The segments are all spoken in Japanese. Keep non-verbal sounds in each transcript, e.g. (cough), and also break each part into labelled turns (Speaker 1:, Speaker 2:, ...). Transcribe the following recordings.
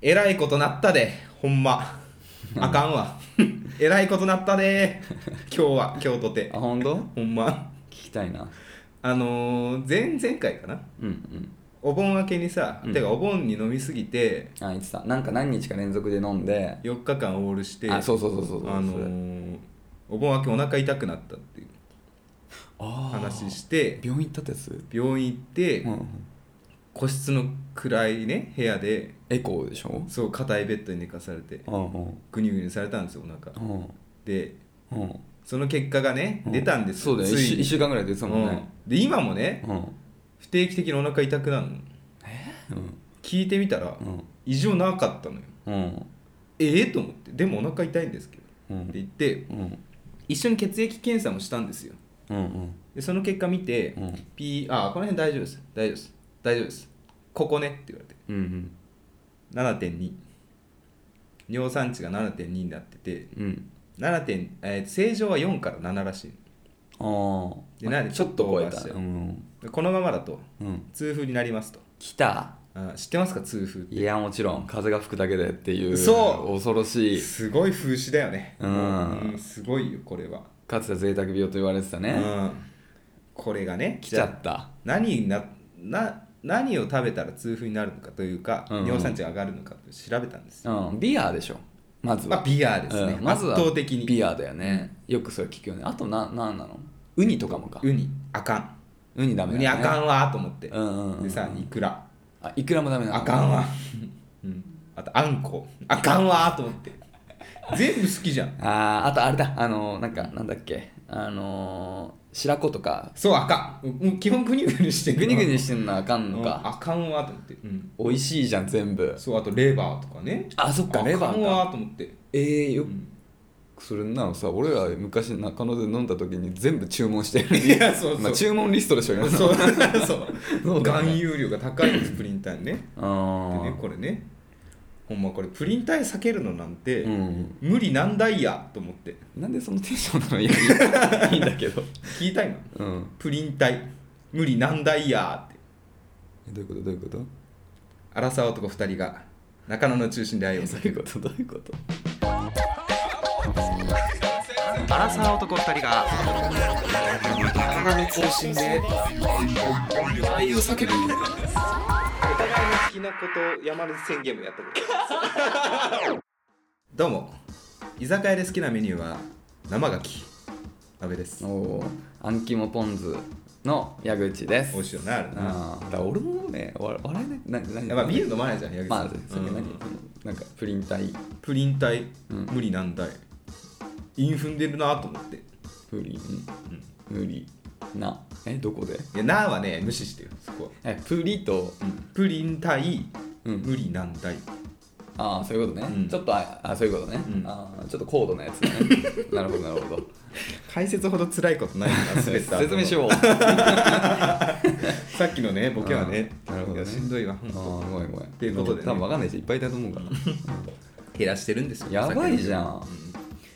Speaker 1: えらいことなったでほんまあかん
Speaker 2: (laughs)
Speaker 1: わえらいことなったで今日は今日とて
Speaker 2: あ本当？聞
Speaker 1: ほんま
Speaker 2: きたいな
Speaker 1: あのー、前々回かな
Speaker 2: うん
Speaker 1: お盆明けにさ、
Speaker 2: うん
Speaker 1: てかお盆に飲みすぎて
Speaker 2: うんあ言ってたなんか何日か連続で飲んで
Speaker 1: 4日間オールして
Speaker 2: あそうそうそうそうそう
Speaker 1: あのーお盆明けお腹痛くなったっていう
Speaker 2: あー
Speaker 1: 話して
Speaker 2: 病院行ったってやつ
Speaker 1: 病院行って、
Speaker 2: うんうん
Speaker 1: 個室の暗いね部屋で
Speaker 2: エコーでしょ
Speaker 1: そう硬いベッドに寝かされて
Speaker 2: うんうん
Speaker 1: グニュグニュされたんですよお腹
Speaker 2: うん
Speaker 1: で
Speaker 2: うん
Speaker 1: その結果がね、
Speaker 2: うん
Speaker 1: 出たんです
Speaker 2: そうだよ
Speaker 1: ついに
Speaker 2: 1, 週間ぐらい出てたもんね
Speaker 1: うんで今もね
Speaker 2: うん
Speaker 1: 不定期的にお腹痛くなるの
Speaker 2: うん
Speaker 1: 聞いてみたら
Speaker 2: うん
Speaker 1: 異常なかったのよ
Speaker 2: うん
Speaker 1: ええと思ってでもお腹痛いんですけど
Speaker 2: う
Speaker 1: って
Speaker 2: ん
Speaker 1: 言って
Speaker 2: うん
Speaker 1: 一緒に血液検査もしたんですよ
Speaker 2: うん
Speaker 1: でその結果見て
Speaker 2: うん
Speaker 1: 「ピーあーこの辺大丈夫です大丈夫です大丈夫ですここね」って言われて
Speaker 2: うん
Speaker 1: 7.2尿酸値が7.2になってて
Speaker 2: うん
Speaker 1: 7点、えー正常は4から7らしい
Speaker 2: あ
Speaker 1: でなん
Speaker 2: あ
Speaker 1: で
Speaker 2: ちょっと超えた
Speaker 1: ちょっと超えた
Speaker 2: うん
Speaker 1: でこのままだと
Speaker 2: うん
Speaker 1: 痛風になりますと
Speaker 2: 来た
Speaker 1: あ知ってますか痛風って
Speaker 2: いやもちろん風が吹くだけでっていう
Speaker 1: そう
Speaker 2: 恐ろしい
Speaker 1: すごい風刺だよね
Speaker 2: うん
Speaker 1: うすごいよこれは、
Speaker 2: かつて贅沢病と言われてた
Speaker 1: う
Speaker 2: ね
Speaker 1: ん、これがね
Speaker 2: 来ちゃ
Speaker 1: じあ
Speaker 2: った
Speaker 1: 何なな何を食べたら痛風になるのかというか、
Speaker 2: うんうん
Speaker 1: 尿酸値が上がるのかと調べたんですよ、
Speaker 2: うんビアでしょまず
Speaker 1: まあ
Speaker 2: は
Speaker 1: ビアですね、
Speaker 2: うんまずは
Speaker 1: 圧倒的に
Speaker 2: ビアだよねよくそれ聞くよねあとななんなのウニとかもか
Speaker 1: ウニあかん
Speaker 2: ウニダメ
Speaker 1: ウ
Speaker 2: だ
Speaker 1: ニ
Speaker 2: よ
Speaker 1: あ
Speaker 2: ね
Speaker 1: かんわと思って、
Speaker 2: うんうんうん
Speaker 1: でさイクラ
Speaker 2: あいくらもダメなの
Speaker 1: あかんわ、 (laughs) うん、あとあんこあかんわと思って全部好きじゃん
Speaker 2: あーあとあれだあのーなんかなんだっけあのー白子とか
Speaker 1: そうあかんうん基本グニグニしてる
Speaker 2: グニグニしてんのあかん
Speaker 1: う
Speaker 2: の
Speaker 1: ん
Speaker 2: か
Speaker 1: あかんわと思って、うん、
Speaker 2: 美味しいじゃん全部
Speaker 1: そうあとレバーとかね
Speaker 2: あそっかレバ
Speaker 1: あか
Speaker 2: ー
Speaker 1: ん
Speaker 2: か
Speaker 1: わと思って
Speaker 2: えー、よ
Speaker 1: うん
Speaker 2: くそれなのさ俺ら昔中野で飲んだ時に全部注文してる
Speaker 1: いや (laughs) そうそう
Speaker 2: まあ、注文リストでしょ今の
Speaker 1: そうそう
Speaker 2: (laughs) そうだね
Speaker 1: 含有量が高いですプリン体ね (laughs) で
Speaker 2: あ
Speaker 1: ねこれねほんまこれプリン体避けるのなんて、
Speaker 2: ーうん
Speaker 1: 無理難題やと思って
Speaker 2: なんでそのテンションなのいやいいいいんだけど
Speaker 1: 聞いたいの
Speaker 2: (laughs) うん
Speaker 1: プリン体無理難題やって
Speaker 2: えどういうことどういうこと
Speaker 1: 荒沢男2人が中野の中心で愛を
Speaker 2: どういうことどういうこと
Speaker 1: アラサー男2人が高波中心で愛を叫ぶお互いの好きなことを山根宣言もやったことあるどうも居酒屋で好きなメニューは生牡蠣阿部です
Speaker 2: おおあん肝ポン酢の矢口です
Speaker 1: 美味しいよなあれな
Speaker 2: あーだから俺もねわ笑えないなな
Speaker 1: やっぱビール飲まないじゃん矢口さ
Speaker 2: ま
Speaker 1: ん
Speaker 2: あそれ
Speaker 1: うん
Speaker 2: 何、なんかプリン体
Speaker 1: プリン体
Speaker 2: うん
Speaker 1: 無理難題インフンでるなと思って
Speaker 2: プリン、無理なえどこで
Speaker 1: いやなーはね無視してよそこは
Speaker 2: えプリと、
Speaker 1: プリン体
Speaker 2: うん
Speaker 1: 無理難題
Speaker 2: ああそういうことね、
Speaker 1: うん
Speaker 2: ちょっとああそういうことね、
Speaker 1: うん
Speaker 2: ああちょっと高度なやつ (laughs) だねなるほどなる (laughs) ほど
Speaker 1: 解説ほど辛いことないから滑った
Speaker 2: (laughs) 説明しよう
Speaker 1: さっきのねボケはね
Speaker 2: あーなるほど
Speaker 1: い
Speaker 2: ね
Speaker 1: やしんどいわ
Speaker 2: ああごめんごめんって
Speaker 1: いうことでね
Speaker 2: 多分分かんない人いっぱいいたと思うから
Speaker 1: (laughs) 減らしてるんですよ
Speaker 2: やばいじゃ
Speaker 1: ん
Speaker 2: ん、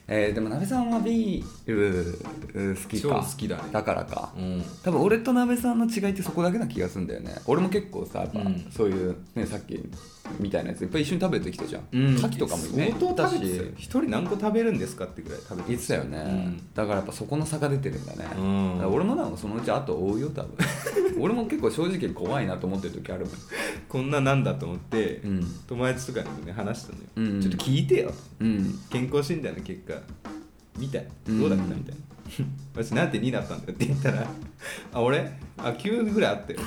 Speaker 2: えーでもなべさんはビールうん好きか
Speaker 1: 超好きだね
Speaker 2: だからか、
Speaker 1: うん
Speaker 2: 多分俺となべさんの違いってそこだけな気がするんだよね俺も結構さやっぱ、
Speaker 1: うん
Speaker 2: そういう、ね、さっきみたいなやついっぱい一緒に食べてきたじゃん牡
Speaker 1: うん
Speaker 2: 蠣、とかもね
Speaker 1: 相当食べ
Speaker 2: い
Speaker 1: てたよ一人何個食べるんですかってぐらい食べて
Speaker 2: 言ってたよね、
Speaker 1: うん
Speaker 2: だからやっぱそこの差が出てるんだね、
Speaker 1: うん
Speaker 2: だから俺もなんかそのうち後追うよ
Speaker 1: (laughs)
Speaker 2: 多分俺も結構正直怖いなと思ってる時あるもん
Speaker 1: こんななんだと思って
Speaker 2: うん
Speaker 1: 友達とかにもね話したのよ
Speaker 2: うん
Speaker 1: ちょっと聞いてよ
Speaker 2: うん
Speaker 1: 健康診断の結果見たい
Speaker 2: うん
Speaker 1: どうだったみたいな私なんて2だったんだよって言った
Speaker 2: (laughs)
Speaker 1: ら「あ俺あ9ぐらいあったよ」
Speaker 2: マ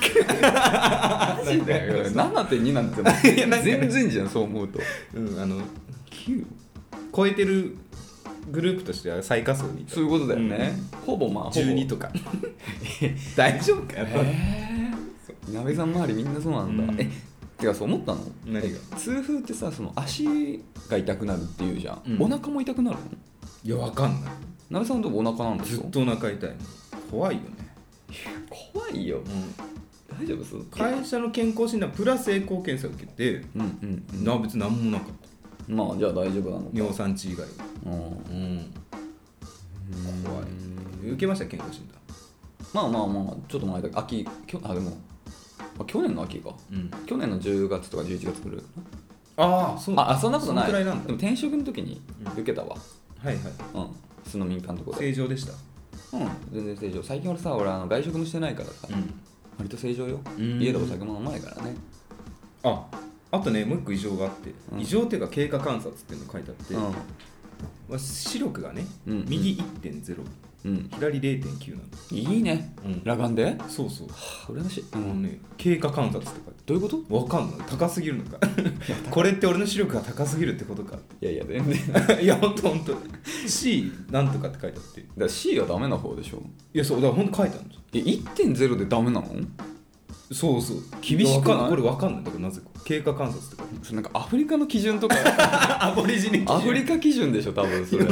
Speaker 2: ジだよ7.2なんて
Speaker 1: (laughs)
Speaker 2: も
Speaker 1: いやなん
Speaker 2: う
Speaker 1: かね
Speaker 2: 全然じゃんそう思うと
Speaker 1: うんあの9超えてるグループとしては最下層にいた
Speaker 2: そういうことだよね、ほぼまあほぼ
Speaker 1: 12と
Speaker 2: (laughs)
Speaker 1: か大丈夫か
Speaker 2: えー、鍋さん周りみんなそうなんだ、
Speaker 1: うん
Speaker 2: えてかそう思ったの
Speaker 1: 何が
Speaker 2: え痛風ってさその足が痛くなるっていうじゃん、
Speaker 1: うん
Speaker 2: お腹も痛くなるの
Speaker 1: いやわかんない
Speaker 2: 鍋さんのとこお腹なんです
Speaker 1: ず
Speaker 2: よ
Speaker 1: っとお腹痛い怖いよね、
Speaker 2: 怖いよ大丈夫そう
Speaker 1: 会社の健康診断プラス栄光検査受けて
Speaker 2: うんうんうん
Speaker 1: な別に何もなかった
Speaker 2: まあじゃあ大丈夫なのか
Speaker 1: 尿酸値以外は
Speaker 2: うん
Speaker 1: うん怖い受けました健康診断
Speaker 2: まあまあまあちょっと前だけど秋きょあでもあ去年の秋か
Speaker 1: うん
Speaker 2: 去年の10月とか11月来る
Speaker 1: ああそう
Speaker 2: ああそんなことない
Speaker 1: そんくらい
Speaker 2: で
Speaker 1: な
Speaker 2: も
Speaker 1: んだ
Speaker 2: 転職の時に
Speaker 1: うん
Speaker 2: 受けた
Speaker 1: は
Speaker 2: わ
Speaker 1: いはい
Speaker 2: うん、その民間のとこ
Speaker 1: 正
Speaker 2: で
Speaker 1: 常でした
Speaker 2: うん全然正常最近俺さ俺あの外食もしてないからさ、
Speaker 1: ん
Speaker 2: 割と正常よ
Speaker 1: うん
Speaker 2: 家でお酒も飲まないからね
Speaker 1: ああとねもう一個異常があって、
Speaker 2: うん
Speaker 1: 異常っていうか経過観察っていうの書いてあって、
Speaker 2: うん
Speaker 1: まあ視力がね、
Speaker 2: うん
Speaker 1: 右1.0
Speaker 2: うん
Speaker 1: 左0.9なの
Speaker 2: いいね、
Speaker 1: うん
Speaker 2: 裸眼では
Speaker 1: そうそう
Speaker 2: あ羨ましい、う
Speaker 1: あの
Speaker 2: ん、
Speaker 1: ね経過観察って書いてある
Speaker 2: どういうこと
Speaker 1: わかんない高すぎるのかこれって俺の視力が高すぎるってことか
Speaker 2: いやいや全然だか
Speaker 1: (laughs) いやほんとほんと C なんとかって書いてあってい
Speaker 2: ら C はダメな方でしょ
Speaker 1: やそうだからほんと書いてあるんですよ
Speaker 2: え1.0でダメなの
Speaker 1: そうそう
Speaker 2: 厳しくない
Speaker 1: わかんこれわかんないんだけどなぜか経過観察って書いて
Speaker 2: それなんかアフリカの基準
Speaker 1: (laughs)
Speaker 2: とか
Speaker 1: ある (laughs) アボリジニ
Speaker 2: アフリカ基準でしょ多分それ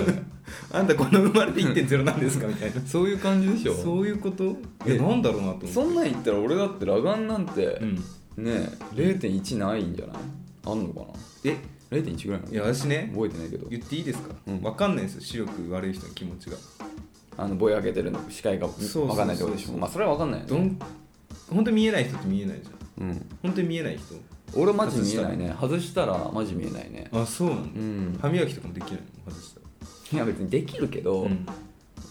Speaker 1: あんたこの生まれて1.0なんですかみたいな
Speaker 2: そういう感じでし
Speaker 1: (laughs)
Speaker 2: ょ
Speaker 1: そういうこと
Speaker 2: え
Speaker 1: いやなんだろうなと
Speaker 2: そ
Speaker 1: 思って
Speaker 2: んなん言ったら俺だって裸眼なんて、
Speaker 1: うん
Speaker 2: ねえ0.1ないんじゃないあんのかな
Speaker 1: え
Speaker 2: 0.1ぐらい
Speaker 1: い
Speaker 2: な
Speaker 1: や
Speaker 2: の
Speaker 1: 私ね
Speaker 2: 覚えてないけど
Speaker 1: 言っていいですか、
Speaker 2: うん
Speaker 1: わかんないですよ視力悪い人の気持ちが
Speaker 2: あのぼやけてるの視界が
Speaker 1: うそうそう
Speaker 2: 分かんないってことでしょまあそれは分かんないよ
Speaker 1: ど
Speaker 2: ね、
Speaker 1: ん本当に見えない人って見えないじゃん
Speaker 2: うん、
Speaker 1: 本当に見えない人
Speaker 2: 俺マジ見えないね外したらマジ見えないね
Speaker 1: あそうなんだ
Speaker 2: うん
Speaker 1: 歯磨きとかもできないの外したら
Speaker 2: いや別にできるけど、
Speaker 1: うん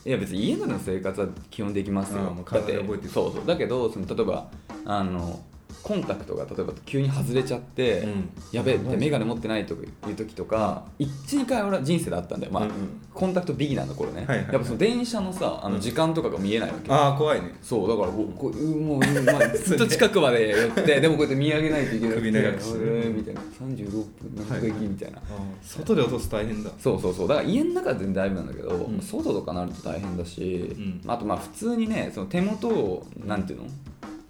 Speaker 2: いや別に家での生活は基本できますよ
Speaker 1: ああもう
Speaker 2: だっ
Speaker 1: 体で覚えてる
Speaker 2: そうそうだけどその例えばあのコンタクトが例えば急に外れちゃって、
Speaker 1: うん
Speaker 2: やべえって眼鏡持ってないとかいう時とか12回俺は人生であったんだよまあ、
Speaker 1: うんうん
Speaker 2: コンタクトビギナーの頃ね、
Speaker 1: はいはいはい
Speaker 2: やっぱその電車のさあの時間とかが見えないわけ、
Speaker 1: ああ怖いね
Speaker 2: そうだからこうこうもう、ま
Speaker 1: (laughs)
Speaker 2: あ、ずっと近くまで寄ってでもこうやって見上げないといけなくて
Speaker 1: 首長くしてね
Speaker 2: あれみたいな36分何時みたいな、
Speaker 1: 外で落とすと大変だ
Speaker 2: そうそうそうだから家の中は全然大丈夫なんだけど、
Speaker 1: うん
Speaker 2: 外とかなると大変だし、
Speaker 1: うん
Speaker 2: あとまあ普通にねその手元をなんていうの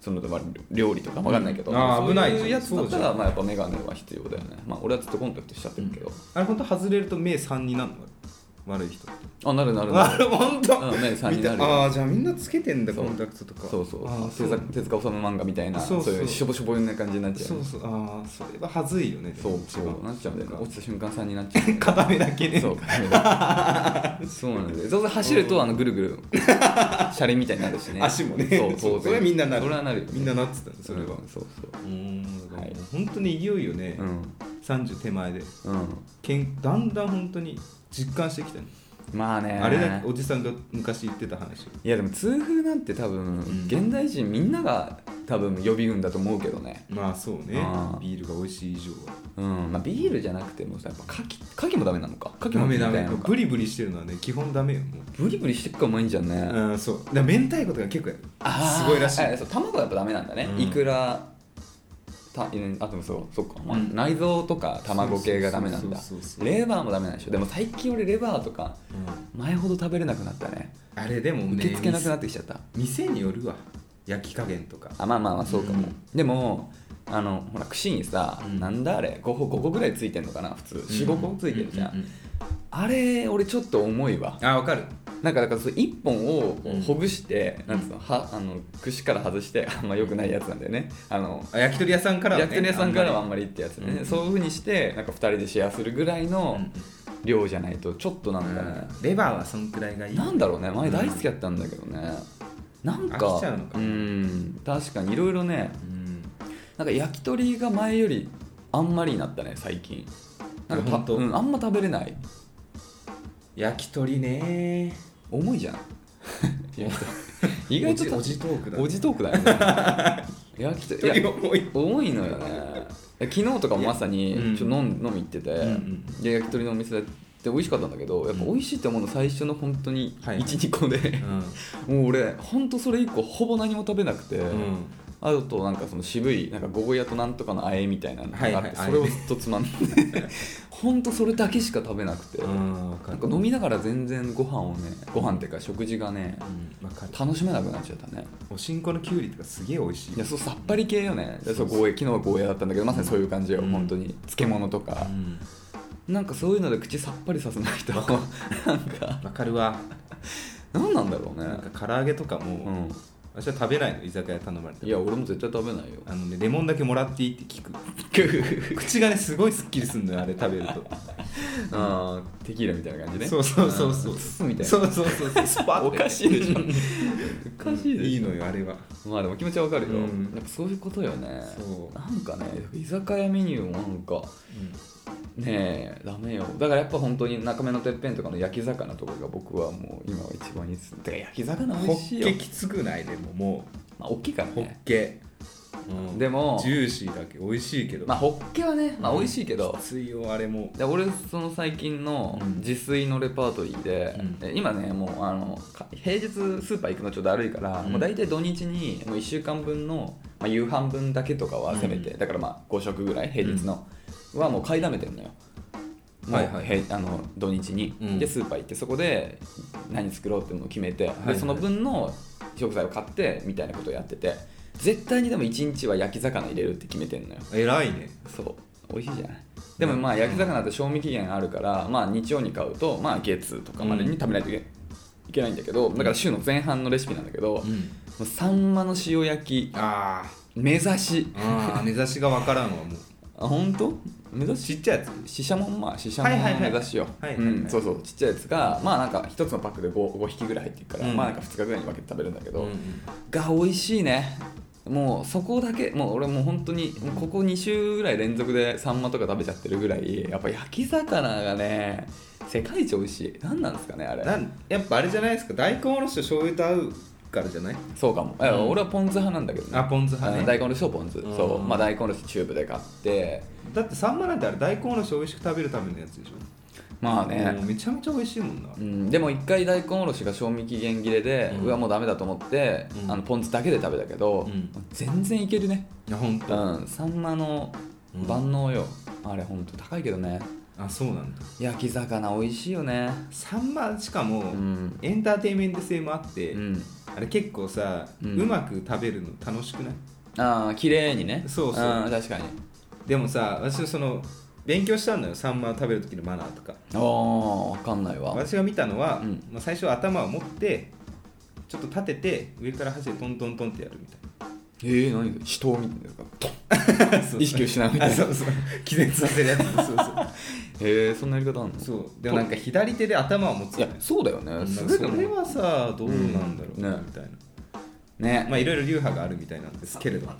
Speaker 2: そのまあ料理とかわかんないけど、
Speaker 1: うんあー
Speaker 2: そう
Speaker 1: 危ないじゃ
Speaker 2: うんやつだった
Speaker 1: そうじゃ
Speaker 2: ら
Speaker 1: ん
Speaker 2: まあやっぱ眼鏡は必要だよねまあ俺はずっとコンタクトしちゃってるけど、
Speaker 1: あれ本当外れると目3になるの悪い人
Speaker 2: あなるなるな
Speaker 1: あれ
Speaker 2: る
Speaker 1: 本当
Speaker 2: うん目3になるよ
Speaker 1: ああじゃあみんなつけてんだ
Speaker 2: そ
Speaker 1: コ
Speaker 2: う
Speaker 1: ンタクトとか
Speaker 2: そうそう
Speaker 1: ああそ
Speaker 2: 手
Speaker 1: う
Speaker 2: 塚手塚治虫漫画みたいな
Speaker 1: そ
Speaker 2: そうう
Speaker 1: そう
Speaker 2: いうしょぼしょぼな感じになっちゃう
Speaker 1: そうそうああそれははずいよね
Speaker 2: そう
Speaker 1: 一
Speaker 2: そう
Speaker 1: 番
Speaker 2: なっちゃうんだよね落ちた瞬間3になっちゃ
Speaker 1: (laughs)
Speaker 2: う
Speaker 1: 片目だけね
Speaker 2: そうそうなんでそうそう走るとあのぐるぐるシャレみたいになるしね
Speaker 1: (laughs) 足もね
Speaker 2: そう
Speaker 1: そ
Speaker 2: 当
Speaker 1: う
Speaker 2: 然
Speaker 1: それはみんななる
Speaker 2: それはなるよね
Speaker 1: みんななってたねそれは
Speaker 2: うんそうそう
Speaker 1: うん
Speaker 2: はい
Speaker 1: 本当にいよいよね
Speaker 2: うん
Speaker 1: 30手前で
Speaker 2: うん
Speaker 1: けんだんだん本当に実感してきたね
Speaker 2: まあね
Speaker 1: あれだけおじさんが昔言ってた話
Speaker 2: いやでも痛風なんて多分
Speaker 1: ん
Speaker 2: 現代人みんなが多分予備軍だと思うけどね
Speaker 1: まあそうね
Speaker 2: あー
Speaker 1: ビールが美味しい以上は
Speaker 2: うんまあビールじゃなくてもさやっぱ牡蠣牡蠣もダメなのか牡蠣
Speaker 1: ダ
Speaker 2: も
Speaker 1: メ
Speaker 2: みた
Speaker 1: ダメ
Speaker 2: いなのか
Speaker 1: ブリブリしてるのはね基本ダメよもう
Speaker 2: ブリブリしてっかうまいんじゃんね、
Speaker 1: うんそうだから明太子とか結構やるすごいらしい
Speaker 2: あそう卵はやっぱダメなんだね、
Speaker 1: うん
Speaker 2: いくらたいやあでもそうそっか、まあ
Speaker 1: うん
Speaker 2: 内臓とか卵系がダメなんだ
Speaker 1: そうそうそうそう
Speaker 2: レバーもダメなんでしょでも最近俺レバーとか前ほど食べれなくなったね
Speaker 1: あれでもね
Speaker 2: 受け付けなくなってきちゃった
Speaker 1: 店店によるわ焼き加減とか
Speaker 2: あまあまあまあそうかも、
Speaker 1: うん
Speaker 2: でもあのほら串にさ、
Speaker 1: うん
Speaker 2: なんだあれ5個5個ぐらいついてんのかな普通45個ついてるじゃん、
Speaker 1: ううう
Speaker 2: あれ俺ちょっと重いわ
Speaker 1: あわかる
Speaker 2: なんかだからそ1本を
Speaker 1: うん
Speaker 2: ほぐして、なんつうのはあの串から外してあんまよくないやつなんだよねあの
Speaker 1: あ焼き鳥屋さんからはね
Speaker 2: 焼き鳥屋さんからはあ
Speaker 1: あ
Speaker 2: んまりってやつね、
Speaker 1: うん
Speaker 2: そういうふうにしてなんか2人でシェアするぐらい
Speaker 1: んま
Speaker 2: の
Speaker 1: り
Speaker 2: 量じゃないとちょっとな
Speaker 1: うんん
Speaker 2: かね、
Speaker 1: レバーはそんくらいがいい
Speaker 2: なんだろうね前大好きやったんだけどね、なんか
Speaker 1: 飽きちゃうのかなん
Speaker 2: 確かにいろいろね
Speaker 1: うん
Speaker 2: なんか焼き鳥が前よりあんまりになったね最近なんか
Speaker 1: あほんと
Speaker 2: うん、あんま食べれない
Speaker 1: 焼き鳥ね (laughs)
Speaker 2: 重いじゃん (laughs) 意外と
Speaker 1: おじおじトークだね
Speaker 2: おじトークだ
Speaker 1: (laughs)
Speaker 2: よね焼き鳥
Speaker 1: 鳥
Speaker 2: いや
Speaker 1: 重い
Speaker 2: 多いのよね昨日とかもまさ
Speaker 1: いやうん
Speaker 2: にちょっと飲ん飲み行ってて、
Speaker 1: んうん
Speaker 2: で焼き鳥のお店で美味しかったんだけどやっぱ美味しいって思うの最初の本当に
Speaker 1: はいはい
Speaker 2: 12個で、
Speaker 1: (laughs) うん
Speaker 2: もう俺本当それ以降ほぼ何も食べなくて、あとなんかその渋いなんかゴーヤとなんとかのあえみたいなのがあって、
Speaker 1: はいはい
Speaker 2: それをずっとつ
Speaker 1: (laughs)
Speaker 2: まんで本当それだけしか食べなくて、
Speaker 1: うんわか
Speaker 2: な
Speaker 1: る
Speaker 2: んか飲みながら全然ご飯をねご飯っていうか食事がね
Speaker 1: うんわかる
Speaker 2: 楽しめなくなっちゃったね
Speaker 1: おしんこのきゅうりとかすげえ美味しい
Speaker 2: いやそうさっぱり系よねで
Speaker 1: そ
Speaker 2: そうう
Speaker 1: そう
Speaker 2: ゴーヤ昨日はゴーヤだったんだけどまさにそういう感じよ、
Speaker 1: うん
Speaker 2: 本当に漬物とか
Speaker 1: う、ん
Speaker 2: なんかそういうので口さっぱりさせないとなんか
Speaker 1: わかるわ
Speaker 2: (laughs) 何なんだろうね
Speaker 1: なんか唐揚げとかも、
Speaker 2: うん
Speaker 1: 私は食べないの居酒屋頼まれて
Speaker 2: いや俺も絶対食べないよ
Speaker 1: あのねレモンだけもらっていいって聞く口がねすごいすっきりすんのよあれ食べると
Speaker 2: あーテキーラみたいな感じね
Speaker 1: そうそうそうそうん
Speaker 2: ツみたいな
Speaker 1: そうそうそうそうスパッて
Speaker 2: おかしいでしょおかしいでしょ
Speaker 1: いいのよあれは
Speaker 2: まあでも気持ちはわかるよ、
Speaker 1: うん
Speaker 2: やっぱそういうことよね
Speaker 1: そう
Speaker 2: なんかね居酒屋メニューもなんかねえダメよだからやっぱ本当に中目のてっぺんとかの焼き魚とかが僕はもう今は一番いいですてか焼き魚美
Speaker 1: ホ
Speaker 2: 味し
Speaker 1: ッ
Speaker 2: いよ
Speaker 1: ケきつくないでもも
Speaker 2: まあ大きいから
Speaker 1: うホッ
Speaker 2: ね
Speaker 1: ケ、うん
Speaker 2: でも
Speaker 1: ジューシーだけど美味しいけど
Speaker 2: まあホッケはねまあ美味しいけど
Speaker 1: き、ついよあれも
Speaker 2: で俺その最近の
Speaker 1: うん
Speaker 2: 自炊のレパートリーで、
Speaker 1: うん
Speaker 2: で今ねもうあのか平日スーパー行くのちょっとだるいから、
Speaker 1: うん
Speaker 2: もう大体土日にもう1週間分の、まあ、夕飯分だけとかはせめて、
Speaker 1: うん
Speaker 2: だからまあ5食ぐらい平日の、はもう買いだめてんのよ。もう
Speaker 1: はいはい
Speaker 2: へあの土日に、
Speaker 1: うん
Speaker 2: でスーパー行ってそこで何作ろうっていうのを決めて、
Speaker 1: はいはい
Speaker 2: でその分の食材を買ってみたいなことをやってて絶対にでも1日は焼き魚入れるって決めてんのよ。
Speaker 1: 偉いね
Speaker 2: そう美味しいじゃないでもまあ焼き魚って賞味期限あるから、まあ、日曜に買うと、まあ、月とかまでに食べないといけ,、いけないんだけどだから週の前半のレシピなんだけど、もうサンマの塩焼き
Speaker 1: あー
Speaker 2: 目指し (laughs)
Speaker 1: あー目指しがわからんわもう
Speaker 2: あ本当目指
Speaker 1: ち
Speaker 2: し
Speaker 1: っちゃいやつ
Speaker 2: ししゃもんまあししゃもん
Speaker 1: はいはい
Speaker 2: の
Speaker 1: はい
Speaker 2: 目指しよう
Speaker 1: はいはいはい
Speaker 2: うんそうそうちっちゃいやつがまあなんか1つのパックで 5, 5匹ぐらい入ってるから、
Speaker 1: うん
Speaker 2: まあなんか2日ぐらいに分けて食べるんだけど、
Speaker 1: うん
Speaker 2: が美味しいねもうそこだけもう俺もう本当にもうここ2週ぐらい連続でサンマとか食べちゃってるぐらいやっぱ焼き魚がね世界一美味しい何なんですかねあれ
Speaker 1: なんやっぱあれじゃないですか大根おろしと醤油と合うからじゃない
Speaker 2: そうかも、いや
Speaker 1: うん
Speaker 2: 俺はポン酢派なんだけどね
Speaker 1: あポン酢派ね
Speaker 2: うん大根おろしとポン酢
Speaker 1: うん
Speaker 2: そうまあ大根おろしチューブで買って
Speaker 1: だってサンマなんてあれ大根おろしを美味しく食べるためのやつでしょ
Speaker 2: まあ
Speaker 1: もう
Speaker 2: ね、
Speaker 1: めちゃめちゃ美味しいもんな、
Speaker 2: うん、でも一回大根おろしが賞味期限切れで、
Speaker 1: う
Speaker 2: うんわもうダメだと思って、
Speaker 1: うん
Speaker 2: あのポン酢だけで食べたけど、
Speaker 1: うん
Speaker 2: 全然いけるね
Speaker 1: いや本当、
Speaker 2: うんサンマの万能よ、あれほんと高いけどね
Speaker 1: あそうなんだ
Speaker 2: 焼き魚美味しいよね
Speaker 1: サンマしかも、
Speaker 2: うん、
Speaker 1: エンターテインメント性もあって、
Speaker 2: うん、
Speaker 1: あれ結構さ、
Speaker 2: う
Speaker 1: うんまく食べるの楽しくない
Speaker 2: ああ綺麗にね
Speaker 1: そうそうん
Speaker 2: 確かに
Speaker 1: でもさ私はその勉強したのよサンマを食べる時のマナーとか
Speaker 2: ああ分かんないわ
Speaker 1: 私が見たのは、
Speaker 2: うん
Speaker 1: まあ、最初は頭を持ってちょっと立てて上から箸でトントントンってやるみたいな
Speaker 2: えー、何死闘みたいなトン
Speaker 1: そう
Speaker 2: (laughs) 意識失うみた
Speaker 1: あ
Speaker 2: い
Speaker 1: (laughs)
Speaker 2: な
Speaker 1: そ
Speaker 2: へ
Speaker 1: うそう気絶させるや
Speaker 2: (laughs)
Speaker 1: つそうそ
Speaker 2: えー、そんなやり方あるの
Speaker 1: うそうでもなんか左手で頭を持つ
Speaker 2: いやそうだよね
Speaker 1: そ
Speaker 2: す
Speaker 1: れ
Speaker 2: べ
Speaker 1: そ
Speaker 2: て
Speaker 1: れ
Speaker 2: も
Speaker 1: はさどうなんだろうな、
Speaker 2: うんね
Speaker 1: みたいな
Speaker 2: ね、
Speaker 1: まあいろいろ流派があるみたいなんですけれども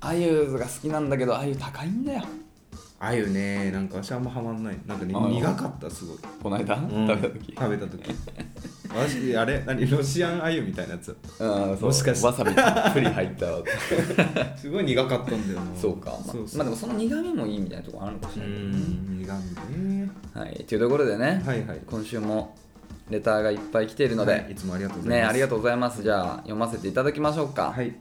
Speaker 2: あゆが好きなんだけどあゆ高いんだよ
Speaker 1: あゆねなんか私あんまハマんないなんか、ね、
Speaker 2: あ
Speaker 1: 苦かったすごい
Speaker 2: この間、
Speaker 1: うん
Speaker 2: 食べた時
Speaker 1: 食べた時私あれ何ロシアンアユみたいなやつ
Speaker 2: うんそう
Speaker 1: もしかして
Speaker 2: わさびたっぷり入った
Speaker 1: (laughs)
Speaker 2: わ
Speaker 1: すごい苦かったんだよな
Speaker 2: そうか、まあ、
Speaker 1: そうそう
Speaker 2: まあでもその苦味もいいみたいなところあるのかし
Speaker 1: う
Speaker 2: らないけどね
Speaker 1: ん苦みね
Speaker 2: はいというと (laughs) ころでね、
Speaker 1: はいはい
Speaker 2: 今週もレターがいっぱい来ているので、
Speaker 1: はいいつもありがとうござい
Speaker 2: ね、
Speaker 1: ます
Speaker 2: ありがとうございます。じゃあ、読ませていただきましょうか。
Speaker 1: は
Speaker 2: はい、
Speaker 1: い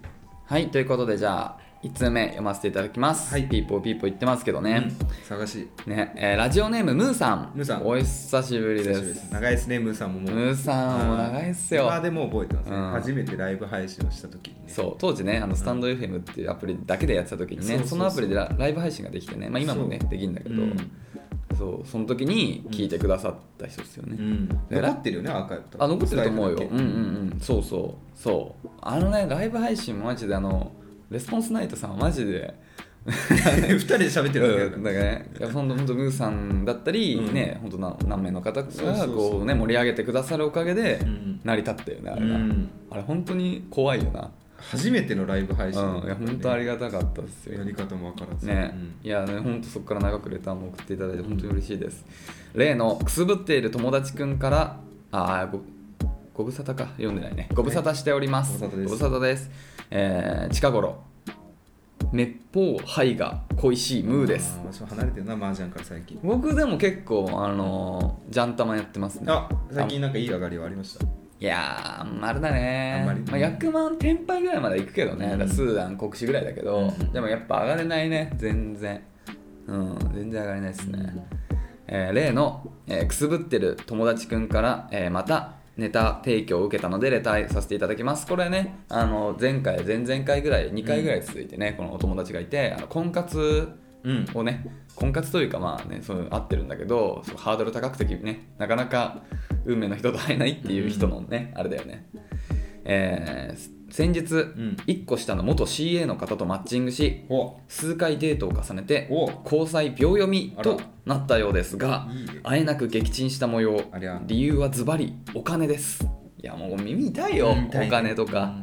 Speaker 2: ということで、じゃあ、1通目読ませていただきます。
Speaker 1: はい
Speaker 2: ピーポーピーポー言ってますけど
Speaker 1: う
Speaker 2: ね
Speaker 1: ん。探し
Speaker 2: ね、えーラジオネーム、ムーさん。
Speaker 1: ムーさん
Speaker 2: お久しぶりで
Speaker 1: 久し
Speaker 2: す。
Speaker 1: ぶりです長いですねムーさんももう
Speaker 2: ムーさんも長いっすよ
Speaker 1: 今。でも覚えてますね、
Speaker 2: うん
Speaker 1: 初めてライブ配信をした時にね
Speaker 2: そう当時ねあのスタンド FM っていうアプリだけでやってた時にね
Speaker 1: そうそうそう
Speaker 2: そのアプリでラライブ配信ができてね、まあ、今もね
Speaker 1: そう
Speaker 2: できるんだけど、
Speaker 1: うん
Speaker 2: そうその時に聞いてくださった人ですよね、
Speaker 1: うん
Speaker 2: え
Speaker 1: 残ってるよねアーカイブとか
Speaker 2: あ残ってると思うよ
Speaker 1: スライ
Speaker 2: う
Speaker 1: ド
Speaker 2: んう
Speaker 1: だ
Speaker 2: んうんそうそうそうあのねライブ配信もマジであのレスポンスナイトさんはマジで
Speaker 1: け (laughs) 二人で喋ってるだけだか
Speaker 2: う
Speaker 1: ら
Speaker 2: んだからね本当本当ムーさんだったり、
Speaker 1: うん
Speaker 2: ね本当な何名の方
Speaker 1: そうそう
Speaker 2: が
Speaker 1: そう
Speaker 2: こうね盛り上げてくださるおかげで
Speaker 1: うん
Speaker 2: 成り立ったよねあれ
Speaker 1: う
Speaker 2: が、
Speaker 1: ん
Speaker 2: あれ本当に怖いよな
Speaker 1: 初めてのライブ
Speaker 2: うん
Speaker 1: 配
Speaker 2: い
Speaker 1: 信、
Speaker 2: や本当ありがたかったですよ
Speaker 1: やり方もわからず
Speaker 2: ね、いやね本当そこから長くレターも送っていただいて本当に嬉しいです、例のくすぶっている友達くんからあーごご無沙汰か読んでないねご無沙汰しております、
Speaker 1: ご無沙汰です
Speaker 2: ご無沙汰です、えー近頃滅法灰が恋しいムーです
Speaker 1: あー私も離れてるな麻雀から最近
Speaker 2: 僕でも結構あのー、ジャンタマやってますね
Speaker 1: あ最近なんかいい上がりはありました
Speaker 2: いやーあんまあれだね
Speaker 1: あんまり
Speaker 2: あ、100万転敗ぐらいまで行くけどね、
Speaker 1: うん
Speaker 2: だからスーダン国士ぐらいだけど、
Speaker 1: うん
Speaker 2: でもやっぱ上がれないね全然うん全然上がれないですね、えー例の、えーくすぶってる友達くんから、えーまたネタ提供を受けたのでレターさせていただきますこれねあの前回前々回ぐらい2回ぐらい続いてね、このお友達がいてあの婚活
Speaker 1: うん
Speaker 2: をね婚活というかまあねそういうの合ってるんだけどそうハードル高くてねなかなか運命の人と会えないっていう人のね、あれだよねえー先日、
Speaker 1: ん
Speaker 2: 1個下の元 CA の方とマッチングし
Speaker 1: お
Speaker 2: 数回デートを重ねて
Speaker 1: お
Speaker 2: 交際秒読みとなったようですが
Speaker 1: いいね
Speaker 2: あえなく撃沈した模様
Speaker 1: ありゃ
Speaker 2: 理由はズバリお金ですいやもう耳痛いよ、
Speaker 1: 耳痛いね
Speaker 2: お金とか、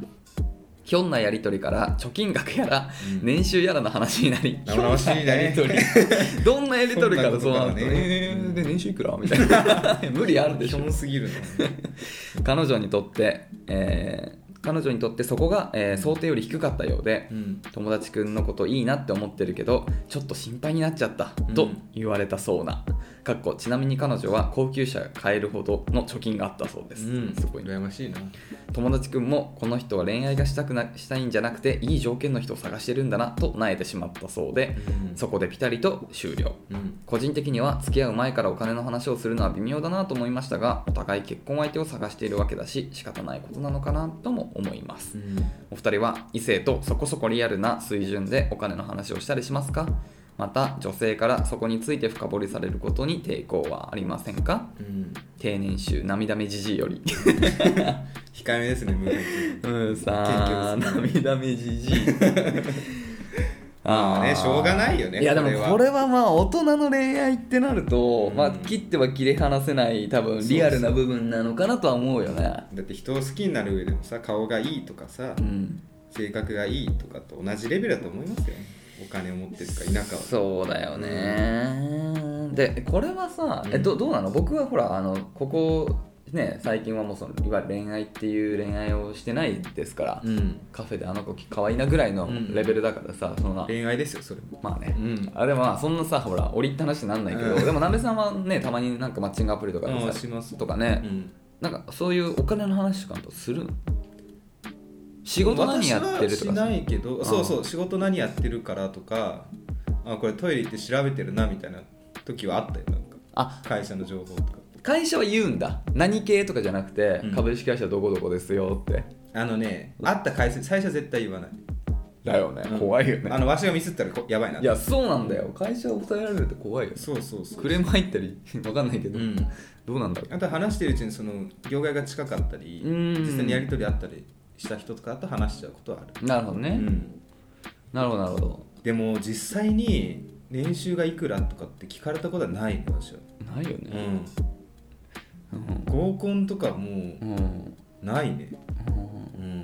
Speaker 2: ひょんなやり取りから貯金額やら
Speaker 1: うん
Speaker 2: 年収やらの話になり、
Speaker 1: 生々しいね
Speaker 2: ひょんなやり取り (laughs) どんなやり取りから
Speaker 1: そ
Speaker 2: そ
Speaker 1: ん
Speaker 2: う
Speaker 1: な
Speaker 2: な
Speaker 1: こ
Speaker 2: る
Speaker 1: と
Speaker 2: と
Speaker 1: からね
Speaker 2: えーで年収いくらみたいな (laughs) 無理あるでし
Speaker 1: ひ
Speaker 2: ょ
Speaker 1: ょんすぎるな
Speaker 2: 彼女にとって、えー彼女にとってそこが、えー想定より低かったようで、
Speaker 1: うん
Speaker 2: 友達くんのこといいなって思ってるけどちょっと心配になっちゃった
Speaker 1: うん
Speaker 2: と言われたそうな、かっこちなみに彼女は高級車買えるほどの貯金があったそうです、
Speaker 1: うん
Speaker 2: すごいね
Speaker 1: 羨ましいな
Speaker 2: 友達くんもこの人は恋愛がしたくなしたいんじゃなくていい条件の人を探してるんだなと萎えてしまったそうで、
Speaker 1: うん
Speaker 2: そこでピタリと終了
Speaker 1: うん
Speaker 2: 個人的には付き合う前からお金の話をするのは微妙だなと思いましたがお互い結婚相手を探しているわけだし仕方ないことなのかなとも思いますお二人は異性とそこそこリアルな水準でお金の話をしたりしますかまた女性からそこについて深掘りされることに抵抗はありませんか
Speaker 1: うん
Speaker 2: 定年収涙目じじいより
Speaker 1: 控えめですね無理
Speaker 2: うんさあ
Speaker 1: 結局
Speaker 2: (laughs) 涙目じじい
Speaker 1: (laughs) まあねしょうがないよね
Speaker 2: いやで
Speaker 1: これ
Speaker 2: も
Speaker 1: は
Speaker 2: これはまあ大人の恋愛ってなると、
Speaker 1: うん
Speaker 2: まあ切っては切り離せない多分リアルな部分なのかなとは思うよね
Speaker 1: だって人を好きになる上でもさ顔がいいとかさ
Speaker 2: うん
Speaker 1: 性格がいいとかと同じレベルだと思いますよお金を持ってるか否かは
Speaker 2: そうだよねでこれはさえどどうなの僕はほらあのここね最近はもうそのいわゆる恋愛っていう恋愛をしてないですから、
Speaker 1: うん
Speaker 2: カフェであの子可愛いなぐらいのレベルだからさ、その
Speaker 1: 恋愛ですよそれも
Speaker 2: まあね、
Speaker 1: うん
Speaker 2: あでもまあそんなさほら折り入った話になんないけど、
Speaker 1: うん
Speaker 2: でもなべさんはねたまになんかマッチングアプリとかで
Speaker 1: あ
Speaker 2: さ
Speaker 1: します
Speaker 2: とかね、
Speaker 1: うん
Speaker 2: なんかそういうお金の話とかとするの仕事何やってると
Speaker 1: 私
Speaker 2: か
Speaker 1: はし
Speaker 2: さ
Speaker 1: ないけど
Speaker 2: ん
Speaker 1: そうそう仕事何やってるからとかあこれトイレ行って調べてるなみたいな時はあったよなんか
Speaker 2: あ
Speaker 1: 会社の情報とか
Speaker 2: 会社は言うんだ何系とかじゃなくて、
Speaker 1: うん
Speaker 2: 株式会社どこどこですよって
Speaker 1: あのねあった会社最初は絶対言わない
Speaker 2: だよね、
Speaker 1: うん
Speaker 2: 怖いよ
Speaker 1: あ
Speaker 2: ね
Speaker 1: のわしがミスったらこやばいない
Speaker 2: やそうなんだよ会社を抑えられるって怖いよね
Speaker 1: そうそうそう
Speaker 2: クレーム入ったりわかんないけど、
Speaker 1: うん
Speaker 2: どうなんだろう
Speaker 1: あと話してるうちにその業界が近かったり
Speaker 2: うん
Speaker 1: 実際にやり取りあったりした人とかと話しちゃうことはある、
Speaker 2: なるほどね、
Speaker 1: うん
Speaker 2: なるほどなるほど
Speaker 1: でも実際に年収がいくらとかって聞かれたことはないの私は、
Speaker 2: ないよ
Speaker 1: う
Speaker 2: ね、
Speaker 1: ん、
Speaker 2: うん
Speaker 1: 合コンとかも
Speaker 2: うんうん
Speaker 1: うないねうん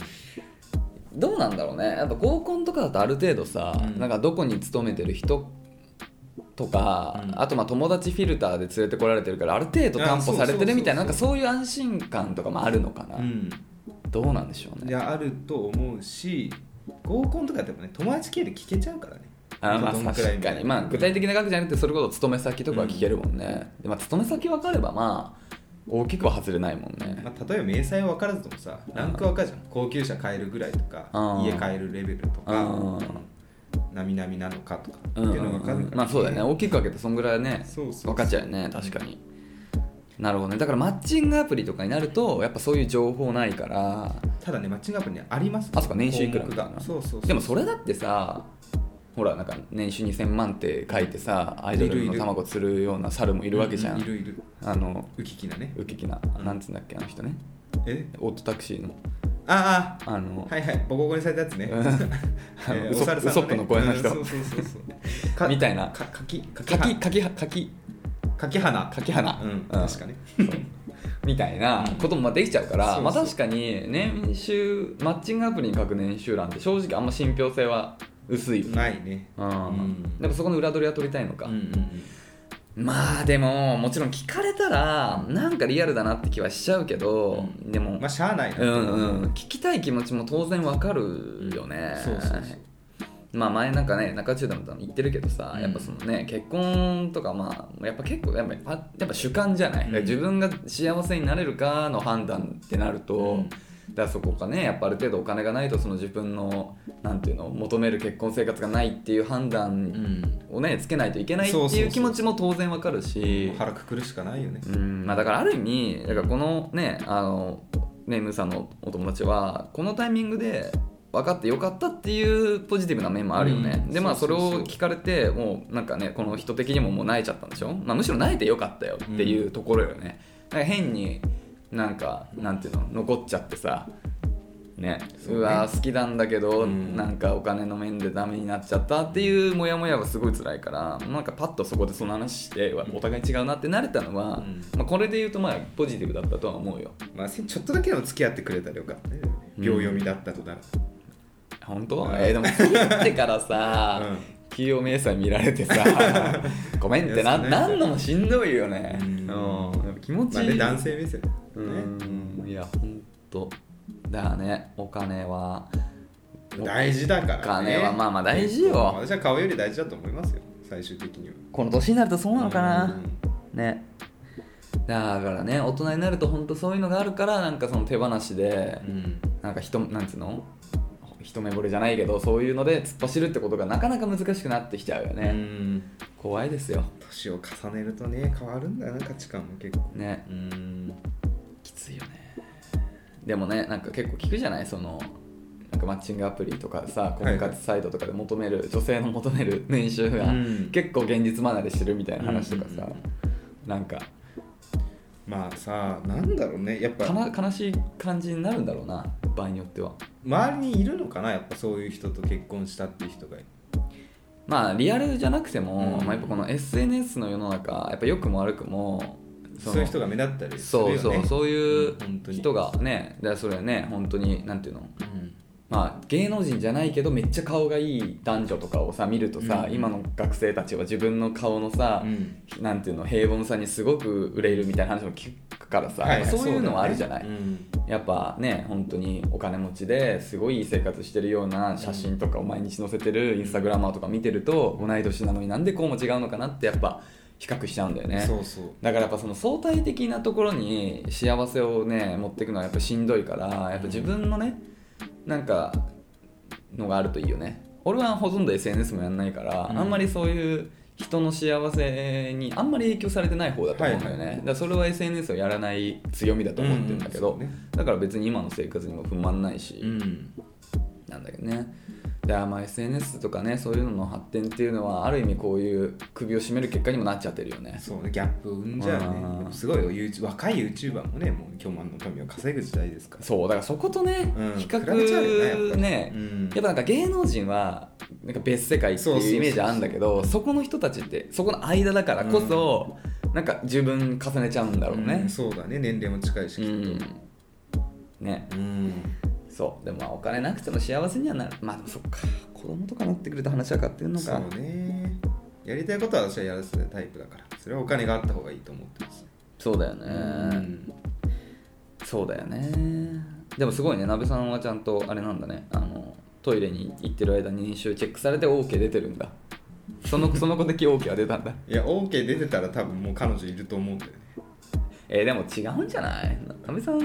Speaker 2: どうなんだろうねやっぱ合コンとかだとある程度さ、
Speaker 1: うん
Speaker 2: なんかどこに勤めてる人とか、
Speaker 1: うん
Speaker 2: あとまあ友達フィルターで連れてこられてるからある程度担保されてるみたいな
Speaker 1: あ
Speaker 2: なんかそういう安心感とかもあるのかな、
Speaker 1: うん
Speaker 2: どうなんでしょう
Speaker 1: い
Speaker 2: ね
Speaker 1: やあると思うし合コンとかでもね友達系で聞けちゃうからね
Speaker 2: あまあ
Speaker 1: どんくらい
Speaker 2: 確
Speaker 1: みた
Speaker 2: か
Speaker 1: いな
Speaker 2: に、まあ、具体的な額じゃなくてそれこそ勤め先とかは聞けるもんね、でまあ、勤め先分かればまあ大きくは外れないもんね
Speaker 1: まあ、例えば明細は分からずともさランクは分かるじゃん高級車買えるぐらいとか
Speaker 2: うん
Speaker 1: 家買えるレベルと
Speaker 2: うん
Speaker 1: かなみなみなのかとかって
Speaker 2: うん
Speaker 1: いうのが分かるから、
Speaker 2: まあそうだよね大きく分けてそんぐらいはね
Speaker 1: そうそうそう
Speaker 2: 分かっちゃうよね確かになるほどねだからマッチングアプリとかになるとやっぱそういう情報ないから
Speaker 1: ただねマッチングアプリにあります
Speaker 2: あそっか年収いくら
Speaker 1: 項目
Speaker 2: みたいな
Speaker 1: がそうそうそう
Speaker 2: でもそれだってさほらなんか年収2000万って書いてさアイド
Speaker 1: い
Speaker 2: ル
Speaker 1: るい
Speaker 2: の
Speaker 1: る
Speaker 2: 卵釣るような猿もいるわけじゃん、
Speaker 1: いるいる
Speaker 2: あの
Speaker 1: ウキキなね
Speaker 2: ウキキななんつうんだっけあの人ね
Speaker 1: え
Speaker 2: オートタクシーの
Speaker 1: あ
Speaker 2: あの
Speaker 1: あはいはいボコボコにされたやつね、
Speaker 2: うんあの
Speaker 1: えー
Speaker 2: ウソ
Speaker 1: お猿さん
Speaker 2: ウソップの声の人
Speaker 1: うんそうそうそうそうか
Speaker 2: みたいな
Speaker 1: か柿柿
Speaker 2: 柿
Speaker 1: 柿
Speaker 2: 柿は柿
Speaker 1: 柿花
Speaker 2: 柿花、
Speaker 1: うん、確かね
Speaker 2: みたいなこともまあできちゃうから、
Speaker 1: うん
Speaker 2: まあ、
Speaker 1: そうそう
Speaker 2: 確かに年収マッチングアプリに書く年収欄って正直あんま信憑性は薄いよね、
Speaker 1: ないね
Speaker 2: うん
Speaker 1: ん
Speaker 2: でもそこの裏取りは取りたいのか、
Speaker 1: うんうん
Speaker 2: まあでももちろん聞かれたらなんかリアルだなって気はしちゃうけど、で
Speaker 1: う
Speaker 2: も、
Speaker 1: んまあしゃあないな
Speaker 2: うんうん聞きたい気持ちも当然わかるよね、
Speaker 1: そうそうそう
Speaker 2: まあ前なんかね中中でも言ってるけどさ、
Speaker 1: うん
Speaker 2: やっぱそのね結婚とかまあやっぱ結構やっぱやっぱ主観じゃない、
Speaker 1: うん
Speaker 2: 自分が幸せになれるかの判断ってなると、
Speaker 1: うん
Speaker 2: だからそこかねやっぱある程度お金がないとその自分のなんていうの求める結婚生活がないっていう判
Speaker 1: う
Speaker 2: 断
Speaker 1: ん
Speaker 2: をねつけないといけないって
Speaker 1: そうそう
Speaker 2: い
Speaker 1: そう
Speaker 2: う気持ちも当然わかるし
Speaker 1: 腹くくるしかないよね
Speaker 2: うんまあ、だからある意味だからこのねあのねムーさんのお友達はこのタイミングで分かってよかったっていうポジティブな面もあるよね、
Speaker 1: うん
Speaker 2: でまあ
Speaker 1: そ
Speaker 2: そう
Speaker 1: そ
Speaker 2: れ
Speaker 1: うそう
Speaker 2: を聞かれてもうなんかねこの人的にももう萎えちゃったんでしょ、まあ、むしろ萎えてよかったよっていうところよね、だから変になんかなんていうの残っちゃってさね
Speaker 1: そう
Speaker 2: う
Speaker 1: ね
Speaker 2: わー好きなんだけど、
Speaker 1: うん
Speaker 2: なんかお金の面でダメになっちゃったっていうモヤモヤはすごい辛いからなんかパッとそこでその話してうわお互い違うなってなれたのは、
Speaker 1: うん
Speaker 2: まあ、これで言うとまあポジティブだったとは思うよ
Speaker 1: まあ、せちょっとだけでも付き合ってくれたらよかったね秒読みだったとなら、
Speaker 2: 本当、
Speaker 1: うん
Speaker 2: えーでも付き合ってからさ、
Speaker 1: うん
Speaker 2: 企業明細見られてさ
Speaker 1: (laughs)
Speaker 2: ごめんってな,、
Speaker 1: ですね
Speaker 2: なんのもしんどいよね、
Speaker 1: う
Speaker 2: うん
Speaker 1: ん
Speaker 2: やっぱ気持ち
Speaker 1: まあ
Speaker 2: いい、
Speaker 1: ね男性目線ね
Speaker 2: うんいや本当だよねお金は
Speaker 1: 大事だからね
Speaker 2: お金はまあまあ大事よ
Speaker 1: 私は顔より大事だと思いますよ最終的には
Speaker 2: この年になるとそうなのかな、
Speaker 1: う
Speaker 2: ねだからね大人になると本当そういうのがあるからなんかその手放しで、
Speaker 1: ん
Speaker 2: なんか人なんつうの一目惚れじゃないけどそういうので突っ走るってことがなかなか難しくなってきちゃうよね、
Speaker 1: うん
Speaker 2: 怖いですよ
Speaker 1: 年を重ねるとね変わるんだよな価値観も結構
Speaker 2: ね
Speaker 1: うん
Speaker 2: きついよねでもねなんか結構聞くじゃないそのなんかマッチングアプリとかさ婚活サイトとかで求める、女性の求める (laughs) 年収が
Speaker 1: うん
Speaker 2: 結構現実離れしてるみたいな話とかさ、
Speaker 1: うんうん
Speaker 2: なんか
Speaker 1: まあさなんだろうねやっ
Speaker 2: か
Speaker 1: ぱ
Speaker 2: な悲しい感じになるんだろうな場合によっては
Speaker 1: 周りにいるのかなやっぱそういう人と結婚したっていう人が
Speaker 2: まあリアルじゃなくても、
Speaker 1: うん
Speaker 2: まあ、やっぱこの SNS の世の中やっぱ良くも悪くも
Speaker 1: そう
Speaker 2: の
Speaker 1: いう人が目立ったりするよ
Speaker 2: そ
Speaker 1: ね
Speaker 2: うそうそう
Speaker 1: う
Speaker 2: い
Speaker 1: ん本当
Speaker 2: う
Speaker 1: に
Speaker 2: 人がねだからそれはね本当になんていうの
Speaker 1: うん
Speaker 2: まあ、芸能人じゃないけどめっちゃ顔がいい男女とかをさ見るとさ、
Speaker 1: うん
Speaker 2: 今の学生たちは自分の顔のさ、
Speaker 1: うん
Speaker 2: なんていうの平凡さにすごく憂いるみたいな話も聞くからさ、
Speaker 1: はいはい
Speaker 2: そういうのはあるじゃない、
Speaker 1: そうだよねうん
Speaker 2: やっぱね本当にお金持ちですごいいい生活してるような写真とかを毎日載せてるインスタグラマーとか見てると同い年なのになんでこうも違うのかなってやっぱ比較しちゃうんだよね
Speaker 1: そうそう
Speaker 2: だからやっぱその相対的なところに幸せをね持っていくのはやっぱしんどいからやっぱ自分のねなんかのがあるといいよね俺はほとんど SNS もやんないから、
Speaker 1: うん
Speaker 2: あんまりそういう人の幸せにあんまり影響されてない方だと思うんだよね、
Speaker 1: はいはい
Speaker 2: だからそれは SNS をやらない強みだと思ってるんだけ
Speaker 1: う
Speaker 2: ど、
Speaker 1: んそうね
Speaker 2: だから別に今の生活にも不満ないし、
Speaker 1: うん
Speaker 2: なんだけどねでまあ SNS とかねそういうのの発展っていうのはある意味こういう首を絞める結果にもなっちゃってるよね
Speaker 1: そうねギャップを生んじゃう
Speaker 2: うん
Speaker 1: ねすごいよ YouTube 若い YouTuber もねもう今日もあの民を稼ぐ時代ですから
Speaker 2: そうだからそことね、
Speaker 1: うん
Speaker 2: 比較
Speaker 1: 比べちゃうよねやっぱり
Speaker 2: ね
Speaker 1: うん
Speaker 2: やっぱなんか芸能人はなんか別世界って
Speaker 1: そうそうそうそ
Speaker 2: い
Speaker 1: うう
Speaker 2: イメージあるんだけどそこの人たちってそこの間だからこそ、なんか自分重ねちゃうんだろうね
Speaker 1: ん、そうだね年齢も近いし
Speaker 2: う
Speaker 1: きっと
Speaker 2: んね
Speaker 1: うん
Speaker 2: そうでもまあお金なくても幸せにはなるまあでもそっか子供とかなってくると話は変わってくるの
Speaker 1: そ
Speaker 2: か
Speaker 1: うねやりたいことは私はやらせるタイプだからそれはお金があった方がいいと思ってます
Speaker 2: そうだよね、
Speaker 1: うん
Speaker 2: そうだよねでもすごいねなべさんはちゃんとあれなんだねあのトイレに行ってる間に年収チェックされて OK 出てるんだそ
Speaker 1: (laughs)
Speaker 2: のその子的 OK は出たんだ
Speaker 1: いや OK 出てたら多分もう彼女いると思うんだよね (laughs)
Speaker 2: えーでも違うんじゃないなべさん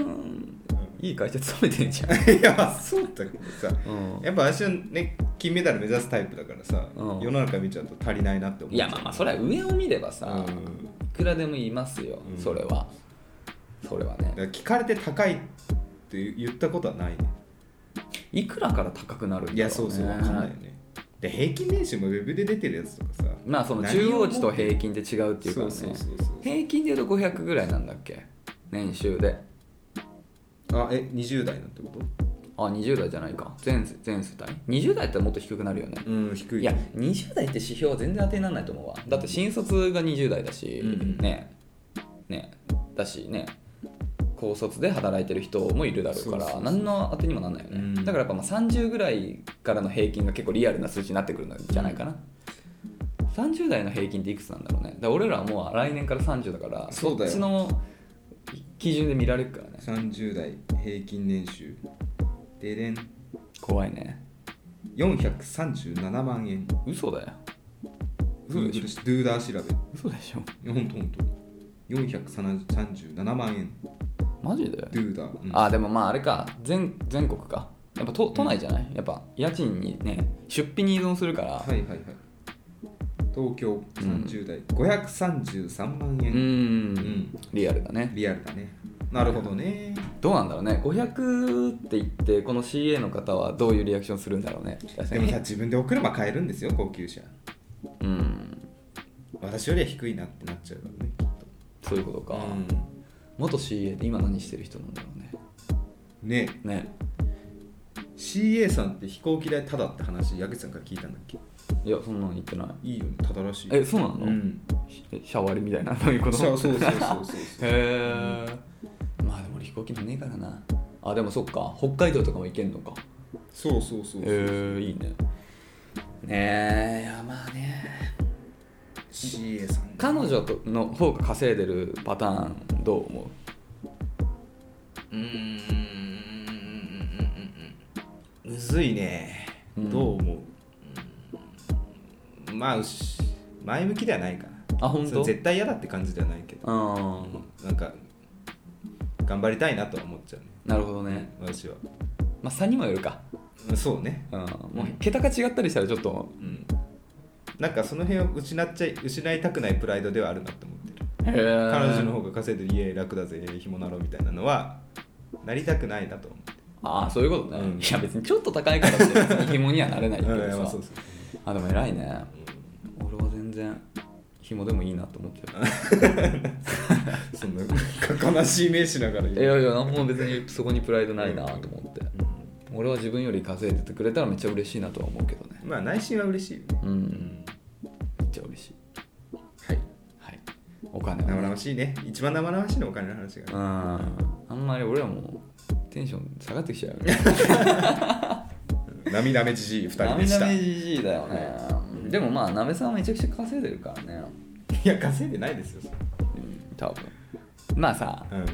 Speaker 2: いい会社勤めてんじゃん
Speaker 1: いやそうだけどさ、
Speaker 2: うん
Speaker 1: やっぱ私はね金メダル目指すタイプだからさ、
Speaker 2: うん
Speaker 1: 世の中見ちゃうと足りないなって思う
Speaker 2: い
Speaker 1: い
Speaker 2: やまあまあそれは上を見ればさ、
Speaker 1: うん
Speaker 2: いくらでも言いますよ、
Speaker 1: うん
Speaker 2: それはそれはね
Speaker 1: 聞かれて高いって言ったことはないね
Speaker 2: いくらから高くなるんだろう、ね、
Speaker 1: いやそうそうわかんないよねで平均年収もウェブで出てるやつとかさ
Speaker 2: まあその中央値と平均って違うっていうからね
Speaker 1: そうそうそうそう
Speaker 2: 平均で言うと500ぐらいなんだっけ年収で
Speaker 1: あえ20代なんてこと
Speaker 2: あ20代じゃないか全世全世帯20代ってもっと低くなるよね
Speaker 1: うん低い
Speaker 2: いや20代って指標は全然当てにならないと思うわだって新卒が20代だし、
Speaker 1: うん
Speaker 2: ねねだしね高卒で働いてる人もいるだろうから
Speaker 1: そうそうそう
Speaker 2: 何の当てにもならないよね、
Speaker 1: うん
Speaker 2: だからやっぱまあ30ぐらいからの平均が結構リアルな数値になってくるんじゃないかな、30代の平均っていくつなんだろうねだから俺らはもう来年から30だから
Speaker 1: そうだよ
Speaker 2: っちの基準で見られるからね
Speaker 1: 30代平均年収でれん
Speaker 2: 怖いね
Speaker 1: 437万円
Speaker 2: 嘘だよ
Speaker 1: ド
Speaker 2: 嘘
Speaker 1: ゥ
Speaker 2: でしょ
Speaker 1: ーダー調
Speaker 2: 嘘でしょ
Speaker 1: べほんとほんと437万円
Speaker 2: マジで
Speaker 1: ドゥーダー、うん
Speaker 2: あでもまああれか全全国かやっぱ都都内じゃないやっぱ家賃にね出費に依存するから、
Speaker 1: はいはいはい東京30代、533万
Speaker 2: うー
Speaker 1: 円、
Speaker 2: ん
Speaker 1: ん
Speaker 2: リアルだね
Speaker 1: リアルだねなるほどね
Speaker 2: どうなんだろうね500って言ってこの CA の方はどういうリアクションするんだろうね確か
Speaker 1: でも
Speaker 2: に
Speaker 1: さ自分でお車買えるんですよ高級車
Speaker 2: うん
Speaker 1: 私よりは低いなってなっちゃうからねきっ
Speaker 2: そういうことか、
Speaker 1: と
Speaker 2: 元 CA って今何してる人なんだろうね
Speaker 1: ね
Speaker 2: ね
Speaker 1: CA さんって飛行機代タダって話矢口さんから聞いたんだっけ
Speaker 2: いやそんなの言ってない
Speaker 1: いいよねタダらしい
Speaker 2: えそうなの、
Speaker 1: うん
Speaker 2: シャワリみたいな (laughs) どういうこと
Speaker 1: そうそうそうそうそう
Speaker 2: へえまあでも俺飛行機乗んねえからなあでもそっか北海道とかも行けんのか
Speaker 1: そうそうそうそう、
Speaker 2: へえいいねねえいやまあね
Speaker 1: CA さん
Speaker 2: 彼女との方が稼いでるパターンどう思う
Speaker 1: うーんうんうんうんうんうんむずいね、
Speaker 2: うん
Speaker 1: どう思ううんまあうし前向きではないかな
Speaker 2: あ本
Speaker 1: それ
Speaker 2: 当
Speaker 1: 絶対嫌だって感じではないけど
Speaker 2: うん
Speaker 1: なんか頑張りたいなとは思っちゃうね
Speaker 2: なるほどね
Speaker 1: 私は
Speaker 2: まあ差にもよるか
Speaker 1: うんそうね
Speaker 2: うんもう桁が違ったりしたらちょっと
Speaker 1: うんなんかその辺を失っちゃい失いたくないプライドではあるなって思ってる
Speaker 2: 彼
Speaker 1: 彼女の
Speaker 2: 方
Speaker 1: 方が稼いでる家楽だぜひもなろうみたいなのはなりたくないなと思って
Speaker 2: ああそういうことね、
Speaker 1: うん
Speaker 2: いや別にちょっと高いからって別に紐にはなれないけど
Speaker 1: うんまあ
Speaker 2: さ
Speaker 1: そうそう
Speaker 2: あでも偉いね俺は全然紐でもい (laughs) いなと思ってる
Speaker 1: (laughs) そんな悲しい目しながら言
Speaker 2: いやいやなんも別にそこにプライドないなと思って俺は自分より稼いでてくれたらめっちゃ嬉しいなとは思うけどね
Speaker 1: まあ内心は嬉しいよね
Speaker 2: うんめっちゃ嬉しい
Speaker 1: はい
Speaker 2: はいお金は
Speaker 1: 生
Speaker 2: ね
Speaker 1: 々しいね一番生々しいのお金の話
Speaker 2: う
Speaker 1: が
Speaker 2: んあんまり俺らもテンション下がってきちゃうよ
Speaker 1: (laughs)
Speaker 2: ね
Speaker 1: 涙目じじい2人でした
Speaker 2: なめなめ
Speaker 1: い
Speaker 2: じじいだよね、でもまあなめさんはめちゃくちゃ稼いでるからね、
Speaker 1: や稼いでないですよ
Speaker 2: うん、多分まあさ
Speaker 1: うん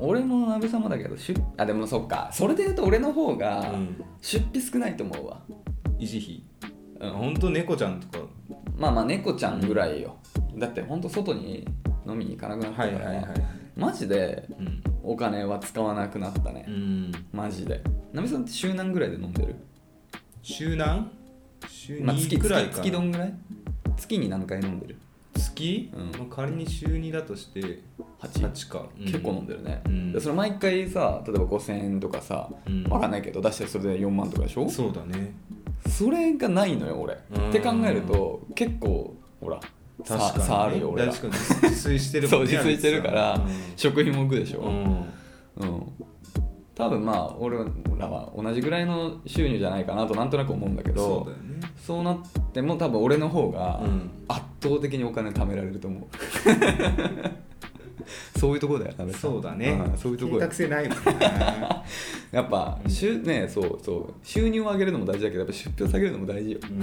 Speaker 2: 俺もなべさんもだけど出あでもそっかそれで言うと俺の方が
Speaker 1: うん
Speaker 2: 出費少ないと思うわ、
Speaker 1: 維持
Speaker 2: う
Speaker 1: 費
Speaker 2: ん
Speaker 1: ほんと猫ちゃんとか
Speaker 2: まあまあ猫ちゃんぐらいよ、だってほんと外に飲みに行かなくなったから、マジで
Speaker 1: うん
Speaker 2: お金は使わなくなったね、
Speaker 1: うん
Speaker 2: マジでなべさんって週何ぐらいで飲んでる、
Speaker 1: 週何週
Speaker 2: まあ、月
Speaker 1: 2くらい
Speaker 2: 月
Speaker 1: かな
Speaker 2: 月どんぐらい月に何回飲んでる
Speaker 1: 月
Speaker 2: うん
Speaker 1: まあ仮に週2だとして
Speaker 2: 8?
Speaker 1: 8か
Speaker 2: 結構飲ん
Speaker 1: で
Speaker 2: でるね、
Speaker 1: うん
Speaker 2: でそれ毎回さ例えば5000円とかさ、
Speaker 1: うん
Speaker 2: わかんないけど出してそれで4万とかでしょ
Speaker 1: そうだね
Speaker 2: それがないのよ俺
Speaker 1: うん
Speaker 2: って考えると結構ほら
Speaker 1: 確
Speaker 2: さ
Speaker 1: かにね
Speaker 2: 差あるよ俺ら
Speaker 1: 確かに自炊してる
Speaker 2: そ
Speaker 1: も
Speaker 2: うん
Speaker 1: ね
Speaker 2: 自炊してるから、
Speaker 1: う
Speaker 2: 食費も浮くでしょ、
Speaker 1: んうん
Speaker 2: うん、多分まあ俺らは同じぐらいの収入じゃないかなとなんとなく思うんだけ
Speaker 1: そう
Speaker 2: ど
Speaker 1: だよね
Speaker 2: そうなっても多分俺の方が
Speaker 1: うん
Speaker 2: 圧倒的にお金貯められると思う (laughs) そういうところだよなべさん
Speaker 1: そうだね
Speaker 2: んそういうとこ
Speaker 1: 計
Speaker 2: ろ
Speaker 1: 画性ないもんな
Speaker 2: やっぱ
Speaker 1: うん
Speaker 2: 収,、ね、そうそう収入を上げるのも大事だけどやっぱ出費を下げるのも大事よ
Speaker 1: うん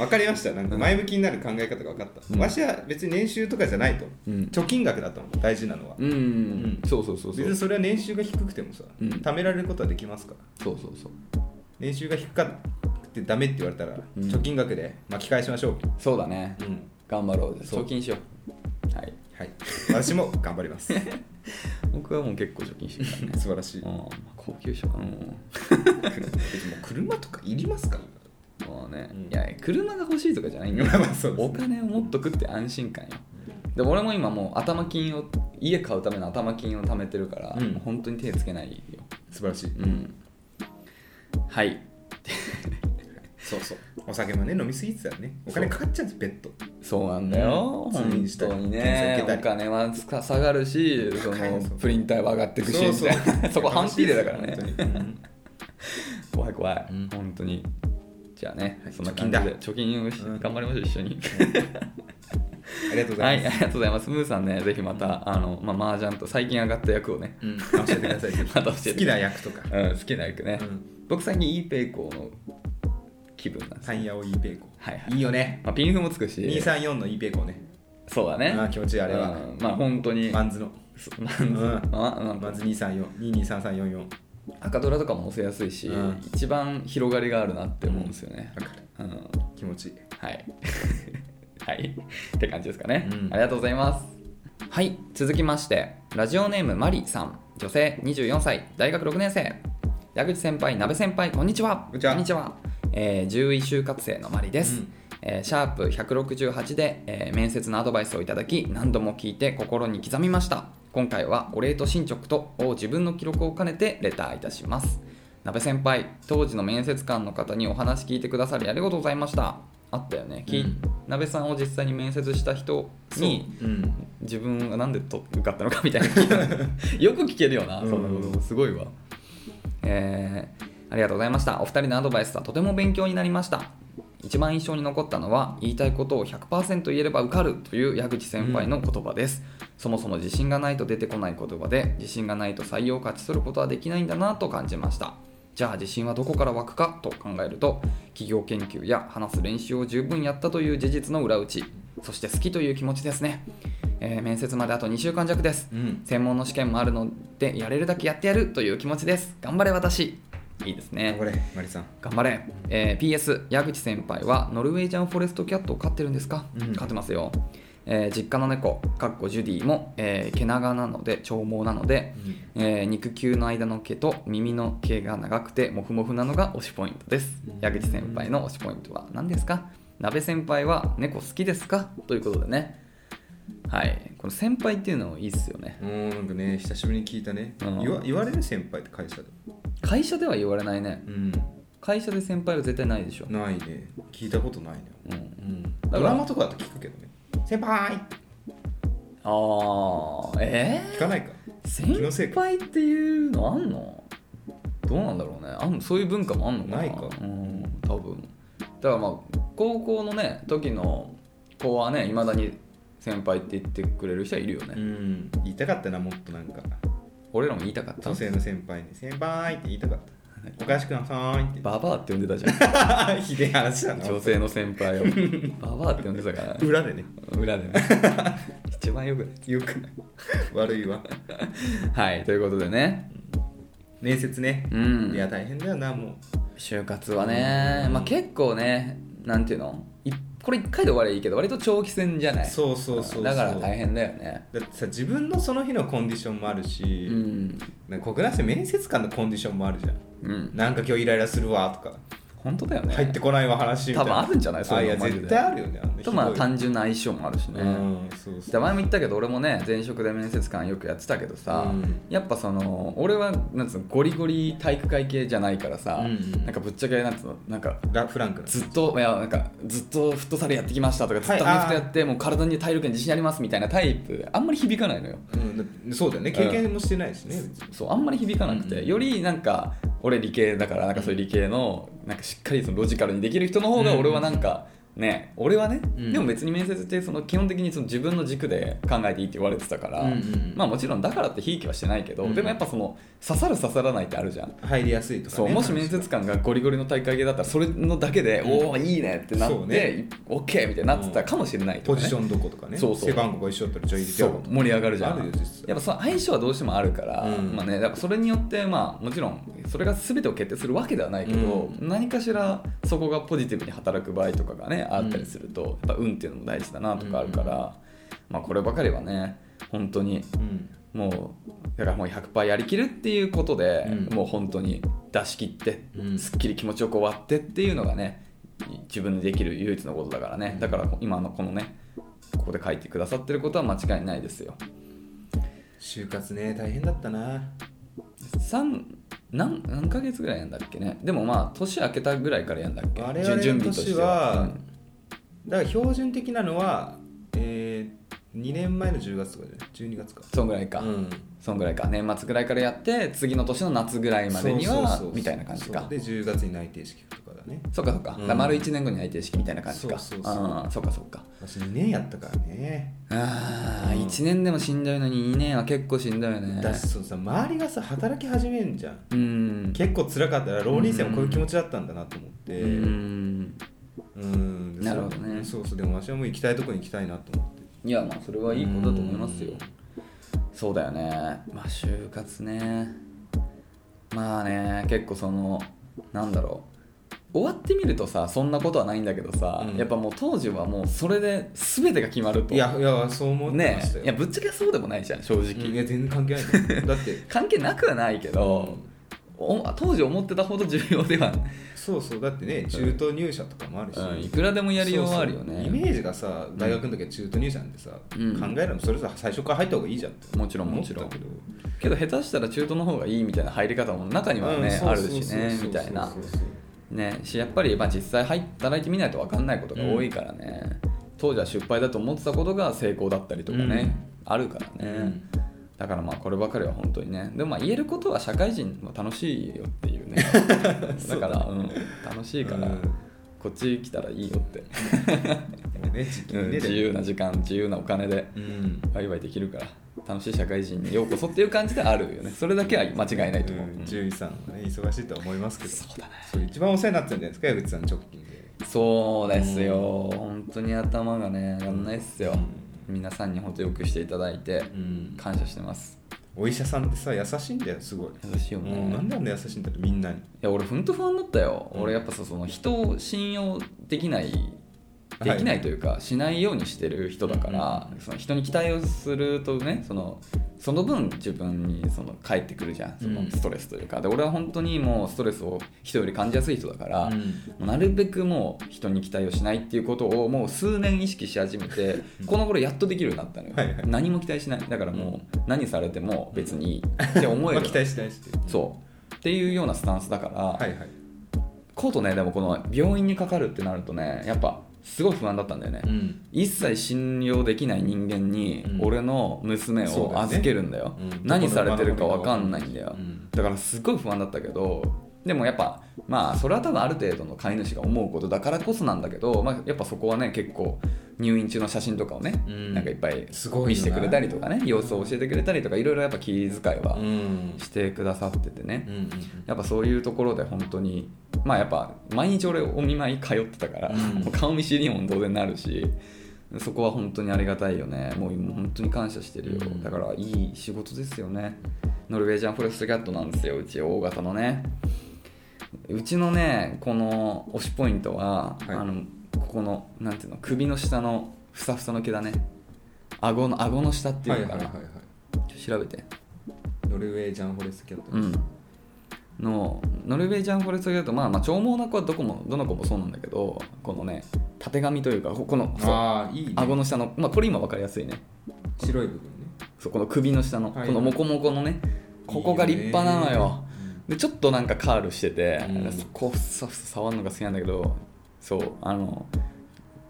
Speaker 1: わかりましたなんか前向きになる考え方が分かった、
Speaker 2: うん
Speaker 1: わしは別に年収とかじゃないと、
Speaker 2: うん
Speaker 1: 貯金額だと思う大事なのは、
Speaker 2: うん、
Speaker 1: ん
Speaker 2: そうそうそうそ
Speaker 1: 別に
Speaker 2: う
Speaker 1: それは年収が低くてもさ、
Speaker 2: うん
Speaker 1: 貯められることはできますから
Speaker 2: そうそうそう
Speaker 1: 年収が低くてダメって言われたら、
Speaker 2: うん
Speaker 1: 貯金額で巻き返しましょう、
Speaker 2: そうだね
Speaker 1: うん
Speaker 2: 頑張ろう
Speaker 1: そう
Speaker 2: 貯金しようはい
Speaker 1: はい、私も頑張り
Speaker 2: (laughs)
Speaker 1: ます
Speaker 2: 僕はもう結構貯金してるからね (laughs)
Speaker 1: 素晴らしい
Speaker 2: うんまあ高級車かな
Speaker 1: 別にもう車とかいりますか
Speaker 2: もうね、
Speaker 1: うん
Speaker 2: いや車が欲しいとかじゃないんだよ
Speaker 1: まあそうですね
Speaker 2: お金を持っとくって安心感よでも俺も今もう頭金を家買うための頭金を貯めてるから、
Speaker 1: うん
Speaker 2: もう本当に手つけないよ
Speaker 1: 素晴らしい、
Speaker 2: うんはい
Speaker 1: そうそうお酒もね飲みすぎてたらねお金かかっちゃうんです別途
Speaker 2: そうなんだよ、
Speaker 1: うん
Speaker 2: 本当に
Speaker 1: 通
Speaker 2: ね
Speaker 1: 院したり
Speaker 2: お金はつか下がるしそ
Speaker 1: 高い
Speaker 2: の
Speaker 1: ですよ
Speaker 2: プリン体は上がってくしみたいな (laughs) そこ反比例だからね
Speaker 1: ね
Speaker 2: 怖い怖い、
Speaker 1: うん
Speaker 2: 本当にじゃあね、
Speaker 1: はい
Speaker 2: そんな感じで
Speaker 1: 貯
Speaker 2: 貯金をし
Speaker 1: うん
Speaker 2: 頑張りましょう一緒に
Speaker 1: ありがとうご
Speaker 2: は
Speaker 1: ざい
Speaker 2: い、
Speaker 1: ます。
Speaker 2: ありがとうございます。ムーさんね、ぜひまた、あの、まあ、麻雀と最近上がった役をね、
Speaker 1: うん、教えてください。
Speaker 2: (laughs) また教えて
Speaker 1: 好きな役とか。
Speaker 2: うん、好きな役ね。僕最近、イーペイコーの気分なんです
Speaker 1: タ。イヤをイーペイコ。
Speaker 2: はいはい
Speaker 1: いよね。
Speaker 2: まあ、ピンフもつくし、
Speaker 1: 234のイーペイコね。
Speaker 2: そうだね。
Speaker 1: あー気持ちいいあれは
Speaker 2: うんまあ、本当に、
Speaker 1: マンズの。
Speaker 2: そマンズ
Speaker 1: うん
Speaker 2: (laughs) まあなんか
Speaker 1: マンズ234、223344。わ
Speaker 2: 赤ドラとかも押せやすいし、
Speaker 1: うん
Speaker 2: 一番広がりがあるなって思うんですよね。
Speaker 1: かる。
Speaker 2: うん、
Speaker 1: 気持ちいい。
Speaker 2: はい。 (laughs) はい。って感じですかね、
Speaker 1: うん
Speaker 2: ありがとうございます。はい。続きまして、ラジオネームマリさん。女性24歳、大学6年生。矢口先輩、鍋先輩、こんにちは。
Speaker 1: こんにちは
Speaker 2: えー10位就活生のマリです。
Speaker 1: うん
Speaker 2: えーシャープ168で、えー面接のアドバイスをいただき何度も聞いて心に刻みました今回はお礼と進捗とを自分の記録を兼ねてレターいたします鍋先輩当時の面接官の方にお話聞いてくださりありがとうございましたあったよね、き
Speaker 1: うん
Speaker 2: 鍋さんを実際に面接した人に
Speaker 1: うん。
Speaker 2: 自分がなんでと受かったの
Speaker 1: (laughs)
Speaker 2: かみたいなよく聞けるよな、
Speaker 1: うん
Speaker 2: そんなことすごいわえーありがとうございました。お二人のアドバイスはとても勉強になりました。一番印象に残ったのは言いたいことを100%言えれば受かるという矢口先輩の言葉です、そもそも自信がないと出てこない言葉で自信がないと採用を勝ち取ることはできないんだなと感じましたじゃあ自信はどこから湧くかと考えると企業研究や話す練習を十分やったという事実の裏打ちそして好きという気持ちですね、えー面接まであと2週間弱です
Speaker 1: うん
Speaker 2: 専門の試験もあるのでやれるだけやってやるという気持ちです頑張れ私いいですね
Speaker 1: これマリさん
Speaker 2: 頑張れ、えー PS 矢口先輩はノルウェージャンフォレストキャットを飼ってるんですか、
Speaker 1: うん
Speaker 2: 飼ってますよ、えー実家の猫かっこジュディも、えー毛長なので長毛なので、えー肉球の間の毛と耳の毛が長くてモフモフなのが推しポイントです矢口先輩の推しポイントは何ですか鍋先輩は猫好きですかということでねはいこの先輩っていうのもいいっすよね
Speaker 1: もうなんかね久しぶりに聞いたね
Speaker 2: うん
Speaker 1: 言わ言われる先輩って会社で
Speaker 2: 会社では言われないね
Speaker 1: うん
Speaker 2: 会社で先輩は絶対ないでしょ、
Speaker 1: ないね聞いたことないね
Speaker 2: うん、
Speaker 1: うんドラマとかだと聞くけどね先輩
Speaker 2: ああえ
Speaker 1: 聞かないか
Speaker 2: ー、
Speaker 1: 気のせい
Speaker 2: 先
Speaker 1: か
Speaker 2: 輩っていうのあんのどうなんだろうねあんそういう文化もあんのかな
Speaker 1: ないか
Speaker 2: うん多分だからまあ高校のね時の子はねいまだに先輩って言ってくれる人はいるよね、
Speaker 1: うん言いたかったなもっとなんか
Speaker 2: 俺らも言いたかった
Speaker 1: 女性の先輩に「先輩」って言いたかったおかしくなさーいって
Speaker 2: ババアって呼ん
Speaker 1: (laughs)
Speaker 2: でたじゃ
Speaker 1: ひでえ話だ
Speaker 2: ん
Speaker 1: な
Speaker 2: 女性の先
Speaker 1: (laughs)
Speaker 2: 輩をババアって呼んでたから
Speaker 1: 裏でね
Speaker 2: 裏でね
Speaker 1: (laughs)
Speaker 2: 一番よくない
Speaker 1: よくない悪いわ
Speaker 2: はいということでね
Speaker 1: 面接ね
Speaker 2: うん
Speaker 1: いや大変だよなも
Speaker 2: 就活はね、まあ、結構ねなんていうのいこれ1回で終わりはいいけど割と長期戦じゃな
Speaker 1: う
Speaker 2: い
Speaker 1: そうそうそうそう
Speaker 2: だから大変だよね
Speaker 1: だってさ自分のその日のコンディションもある
Speaker 2: う
Speaker 1: し、
Speaker 2: ん
Speaker 1: なんか国内生面接官のコンディションもあるじゃん
Speaker 2: うん
Speaker 1: なんか今日イライラするわとか
Speaker 2: 本当だよね
Speaker 1: 入ってこないわ話みたいな
Speaker 2: 多分あるんじゃないそう
Speaker 1: あ
Speaker 2: い
Speaker 1: いう
Speaker 2: の
Speaker 1: や
Speaker 2: マジで
Speaker 1: 絶対あるよねの
Speaker 2: とまあ
Speaker 1: ひどい
Speaker 2: 単純な相性もあるしね、
Speaker 1: うんそうそ
Speaker 2: で
Speaker 1: う
Speaker 2: 前も言ったけど俺もね前職で面接官よくやってたけどさ、
Speaker 1: うん
Speaker 2: やっぱその俺はなんつうのゴリゴリ体育会系じゃないからさ、
Speaker 1: うんうん
Speaker 2: なんかぶっちゃけなんつうのなんか
Speaker 1: ラフランクな
Speaker 2: ずっといやなんかずっとフットサルやってきましたとかずっと
Speaker 1: はい
Speaker 2: アメフトやってもう体に体力に自信ありますみたいなタイプあんまり響かないのよ
Speaker 1: うんだってそうだよね経験もしてないしね、
Speaker 2: そうあんまり響かなくて、
Speaker 1: うん
Speaker 2: よりなんか俺理系だからなんかそういう理系のなんかしっかりそのロジカルにできる人の方が
Speaker 1: うん
Speaker 2: 俺はなんか、ね俺はね、
Speaker 1: うん
Speaker 2: でも別に面接ってその基本的にその自分の軸で考えていいって言われてたから、
Speaker 1: うんうん
Speaker 2: まあもちろんだからってひいきはしてないけど、
Speaker 1: うん
Speaker 2: でもやっぱその刺さる刺さらないってあるじゃん。
Speaker 1: 入りやすいとか、ね、
Speaker 2: そうもし面接官がゴリゴリの大会系だったらそれのだけで、
Speaker 1: うん
Speaker 2: おおいいねってな
Speaker 1: そ
Speaker 2: っ
Speaker 1: う
Speaker 2: て、
Speaker 1: ね
Speaker 2: オッケーみたいになってたかもしれない
Speaker 1: ポ
Speaker 2: とかね
Speaker 1: ジションどことかね
Speaker 2: そうそう
Speaker 1: 背番号が一緒だったらちょい入れて
Speaker 2: そ
Speaker 1: や
Speaker 2: う
Speaker 1: ろうとか
Speaker 2: 盛り上がるじゃん
Speaker 1: あるよ実際
Speaker 2: やっぱその相性はどうしてもあるから、
Speaker 1: うん
Speaker 2: まあね、だからそれによって、まあ、もちろんそれが全てを決定するわけではないけど、何かしらそこがポジティブに働く場合とかがねあったりすると、やっぱ運っていうのも大事だなとかあるから、まあ、こればかりはね本当に
Speaker 1: うん
Speaker 2: もうだからもう100%やりきるっていうことで、
Speaker 1: うん
Speaker 2: もう本当に出し切って、
Speaker 1: うん
Speaker 2: すっきり気持ちよく終わってっていうのがね自分でできる唯一のことだからねだから今のこのねここで書いてくださってることは間違いないですよ。
Speaker 1: 就活ね大変だったな
Speaker 2: 三何何ヶ月ぐらいやんだっけねでもまあ年明けたぐらいからやんだっけ
Speaker 1: 我々の年は
Speaker 2: 準
Speaker 1: だから標準的なのは、えー、2年前の10月とかじゃない12月か
Speaker 2: そんぐらいか、
Speaker 1: うん
Speaker 2: そんぐらいか年末ぐらいからやって次の年の夏ぐらいまでには
Speaker 1: そうそうそう
Speaker 2: みたいな感じ
Speaker 1: そ
Speaker 2: か
Speaker 1: うで10月に内定式とかだね
Speaker 2: そっかそっ
Speaker 1: う
Speaker 2: か,、
Speaker 1: ん
Speaker 2: だから丸1年後に内定式みたいな感じか
Speaker 1: そうそうそう
Speaker 2: あーそっかそっか
Speaker 1: 私2年やったからね
Speaker 2: あー、
Speaker 1: うん
Speaker 2: 1年でもしんどいのに2年は結構しんどいよね
Speaker 1: だしそのさ周りがさ働き始めんじゃん
Speaker 2: うん
Speaker 1: 結構辛かったら浪人生もこういう気持ちだったんだなと思って
Speaker 2: う
Speaker 1: うん
Speaker 2: ん
Speaker 1: で
Speaker 2: なるほどね
Speaker 1: そうそうでも私はもう行きたいとこに行きたいなと思って
Speaker 2: いやまあそれはいいことだと思いますよそうだよねまあ就活ねまあね結構そのなんだろう終わってみるとさそんなことはないんだけどさ、
Speaker 1: うん
Speaker 2: やっぱもう当時はもうそれで全てが決まると
Speaker 1: いやいやそう思ってま
Speaker 2: ね
Speaker 1: したよ、
Speaker 2: いやぶっちゃけそうでもないじゃん正直、
Speaker 1: うんいや全然関係ないだ
Speaker 2: (laughs)
Speaker 1: って
Speaker 2: 関係なくはないけど、お当時思ってたほど重要では、
Speaker 1: そうそうだってね中途入社とかもあるし、
Speaker 2: うん、いくらでもやりようはあるよ
Speaker 1: そう
Speaker 2: ね
Speaker 1: そうイメージがさ大学の時は中途入社なんでさ、
Speaker 2: うん
Speaker 1: 考えるのそれさ最初から入った方がいいじゃんって
Speaker 2: もちろんもちろん
Speaker 1: 思ったけど
Speaker 2: けど下手したら中途の方がいいみたいな入り方も中には
Speaker 1: うん
Speaker 2: ね
Speaker 1: そう
Speaker 2: あ
Speaker 1: そう
Speaker 2: る
Speaker 1: そう
Speaker 2: し
Speaker 1: そう
Speaker 2: ね
Speaker 1: そう
Speaker 2: みたいな
Speaker 1: そうそうそう
Speaker 2: ねしやっぱりまあ実際入働いてみないと分かんないことが多いからね、当時は失敗だと思ってたことが成功だったりとかね、あるからね、だからまあこればかりは本当にねでもまあ言えることは社会人も楽しいよってい
Speaker 1: (laughs)
Speaker 2: うねだからう、ん、楽しいから、
Speaker 1: うん
Speaker 2: こっち来たらいいよって、
Speaker 1: でもね時期
Speaker 2: うん
Speaker 1: ね
Speaker 2: 自由な時間自由なお金で
Speaker 1: うん
Speaker 2: バイバイできるから楽しい社会人にようこそっていう感じであるよねそれだけは間違いないと思う、
Speaker 1: ん
Speaker 2: うん
Speaker 1: 獣医さんはね忙しいとは思いますけど
Speaker 2: そうだね
Speaker 1: それ一番お世話になってるんじゃないですか矢口さん直近で
Speaker 2: そうですよ、本当に頭がね上がんないっすよ、
Speaker 1: う
Speaker 2: 皆さんに本当よくしていただいて
Speaker 1: うん
Speaker 2: 感謝してます
Speaker 1: お医者さんってさ優しいんだよすごい
Speaker 2: 優しいよね、
Speaker 1: もうなんであんな優しいんだろうみんなに
Speaker 2: いや俺ほんと不安だったよ、
Speaker 1: うん
Speaker 2: 俺やっぱさその人を信用できない
Speaker 1: はい
Speaker 2: できないというか、しないようにしてる人だから、その人に期待をするとねそのその分自分にその返ってくるじゃんその
Speaker 1: うん
Speaker 2: ストレスというか、で俺は本当にもうストレスを人より感じやすい人だから、
Speaker 1: う
Speaker 2: も
Speaker 1: ん
Speaker 2: うなるべくもう人に期待をしないっていうことをもう数年意識し始めて、この頃やっとできるようになったのよ、
Speaker 1: はいはい
Speaker 2: 何も期待しないだからもう何されても別にいいって思
Speaker 1: (laughs)
Speaker 2: え
Speaker 1: ま
Speaker 2: る
Speaker 1: あ期待しないして
Speaker 2: そうっていうようなスタンスだから、
Speaker 1: はいはい
Speaker 2: コートねでもこの病院にかかるってなるとねやっぱすごい不安だったんだよね、
Speaker 1: ん
Speaker 2: 一切信用できない人間に
Speaker 1: うん
Speaker 2: 俺の娘
Speaker 1: そうだよ
Speaker 2: を
Speaker 1: ね
Speaker 2: 預けるんだよ
Speaker 1: うん
Speaker 2: 何されてるか分かんないんだよ、
Speaker 1: うん
Speaker 2: だからすごい不安だったけどでもやっぱまあそれは多分ある程度の飼い主が思うことだからこそなんだけど、まあ、やっぱそこはね結構入院中の写真とかをね、
Speaker 1: うん
Speaker 2: なんかいっぱい
Speaker 1: すごいよな
Speaker 2: 見せてくれたりとかね様子を教えてくれたりとかいろいろやっぱ気遣いは
Speaker 1: うん
Speaker 2: してくださっててね、
Speaker 1: うんうん
Speaker 2: やっぱそういうところで本当にまあやっぱ毎日俺お見舞い通ってたから、
Speaker 1: うん
Speaker 2: もう顔見知りにも当然なるしそこは本当にありがたいよねもう今本当に感謝してるよ、
Speaker 1: うん
Speaker 2: だからいい仕事ですよねノルウェージャンフォレストキャットなんですようち大型のねうちのねこの推しポイントは、
Speaker 1: はい
Speaker 2: あのここのなんていうの首の下のふさふさの毛だね顎の顎の下って
Speaker 1: はい
Speaker 2: いう
Speaker 1: は
Speaker 2: の
Speaker 1: い
Speaker 2: か
Speaker 1: は
Speaker 2: な、
Speaker 1: いはい
Speaker 2: 調べて
Speaker 1: ノルウェージャンフォレストキャット
Speaker 2: うん、のノルウェージャンフォレストゲート、まあ、まあ長毛な子はどこもどの子もそうなんだけどこのねたてがみというかここのそう
Speaker 1: ああいいね
Speaker 2: 顎の下の、まあ、これ今分かりやすいね
Speaker 1: 白い部分ね
Speaker 2: そうこの首の下の、
Speaker 1: はい
Speaker 2: このモコモコのねここが立派なのよでちょっとなんかカールしてて、
Speaker 1: うん
Speaker 2: そこをふさふさ触るのが好きなんだけどそうあの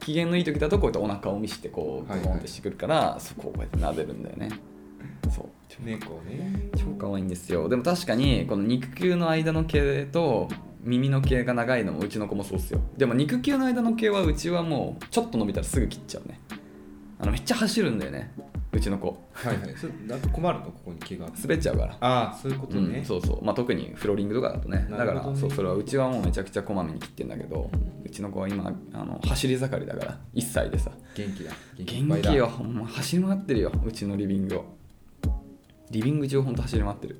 Speaker 2: 機嫌のいい時だとこうやってお腹を見してこう
Speaker 1: はい
Speaker 2: グ
Speaker 1: はい
Speaker 2: ロンってしてくるから、そこをこうやって撫でるんだよねそう
Speaker 1: いいね猫ね
Speaker 2: 超可愛いんですよでも確かにこの肉球の間の毛と耳の毛が長いのもうちの子もそうっすよでも肉球の間の毛はうちはもうちょっと伸びたらすぐ切っちゃうねあのめっちゃ走るんだよねうちの子
Speaker 1: はいはいそれなんか困るのここに毛があって
Speaker 2: 滑っちゃうから
Speaker 1: ああそういうこと
Speaker 2: う
Speaker 1: ね
Speaker 2: ん、そうそう、まあ、特にフローリングとかだとね
Speaker 1: な
Speaker 2: だ
Speaker 1: る
Speaker 2: か
Speaker 1: ほどね
Speaker 2: らそうそれはうちはもうめちゃくちゃこまめに切ってんだけどうちの子は今あの走り盛りだから1歳でさ
Speaker 1: 元気だいっぱ
Speaker 2: 元
Speaker 1: いだ
Speaker 2: 気よほんま走り回ってるようちのリビングをリビング中ほんと走り回ってる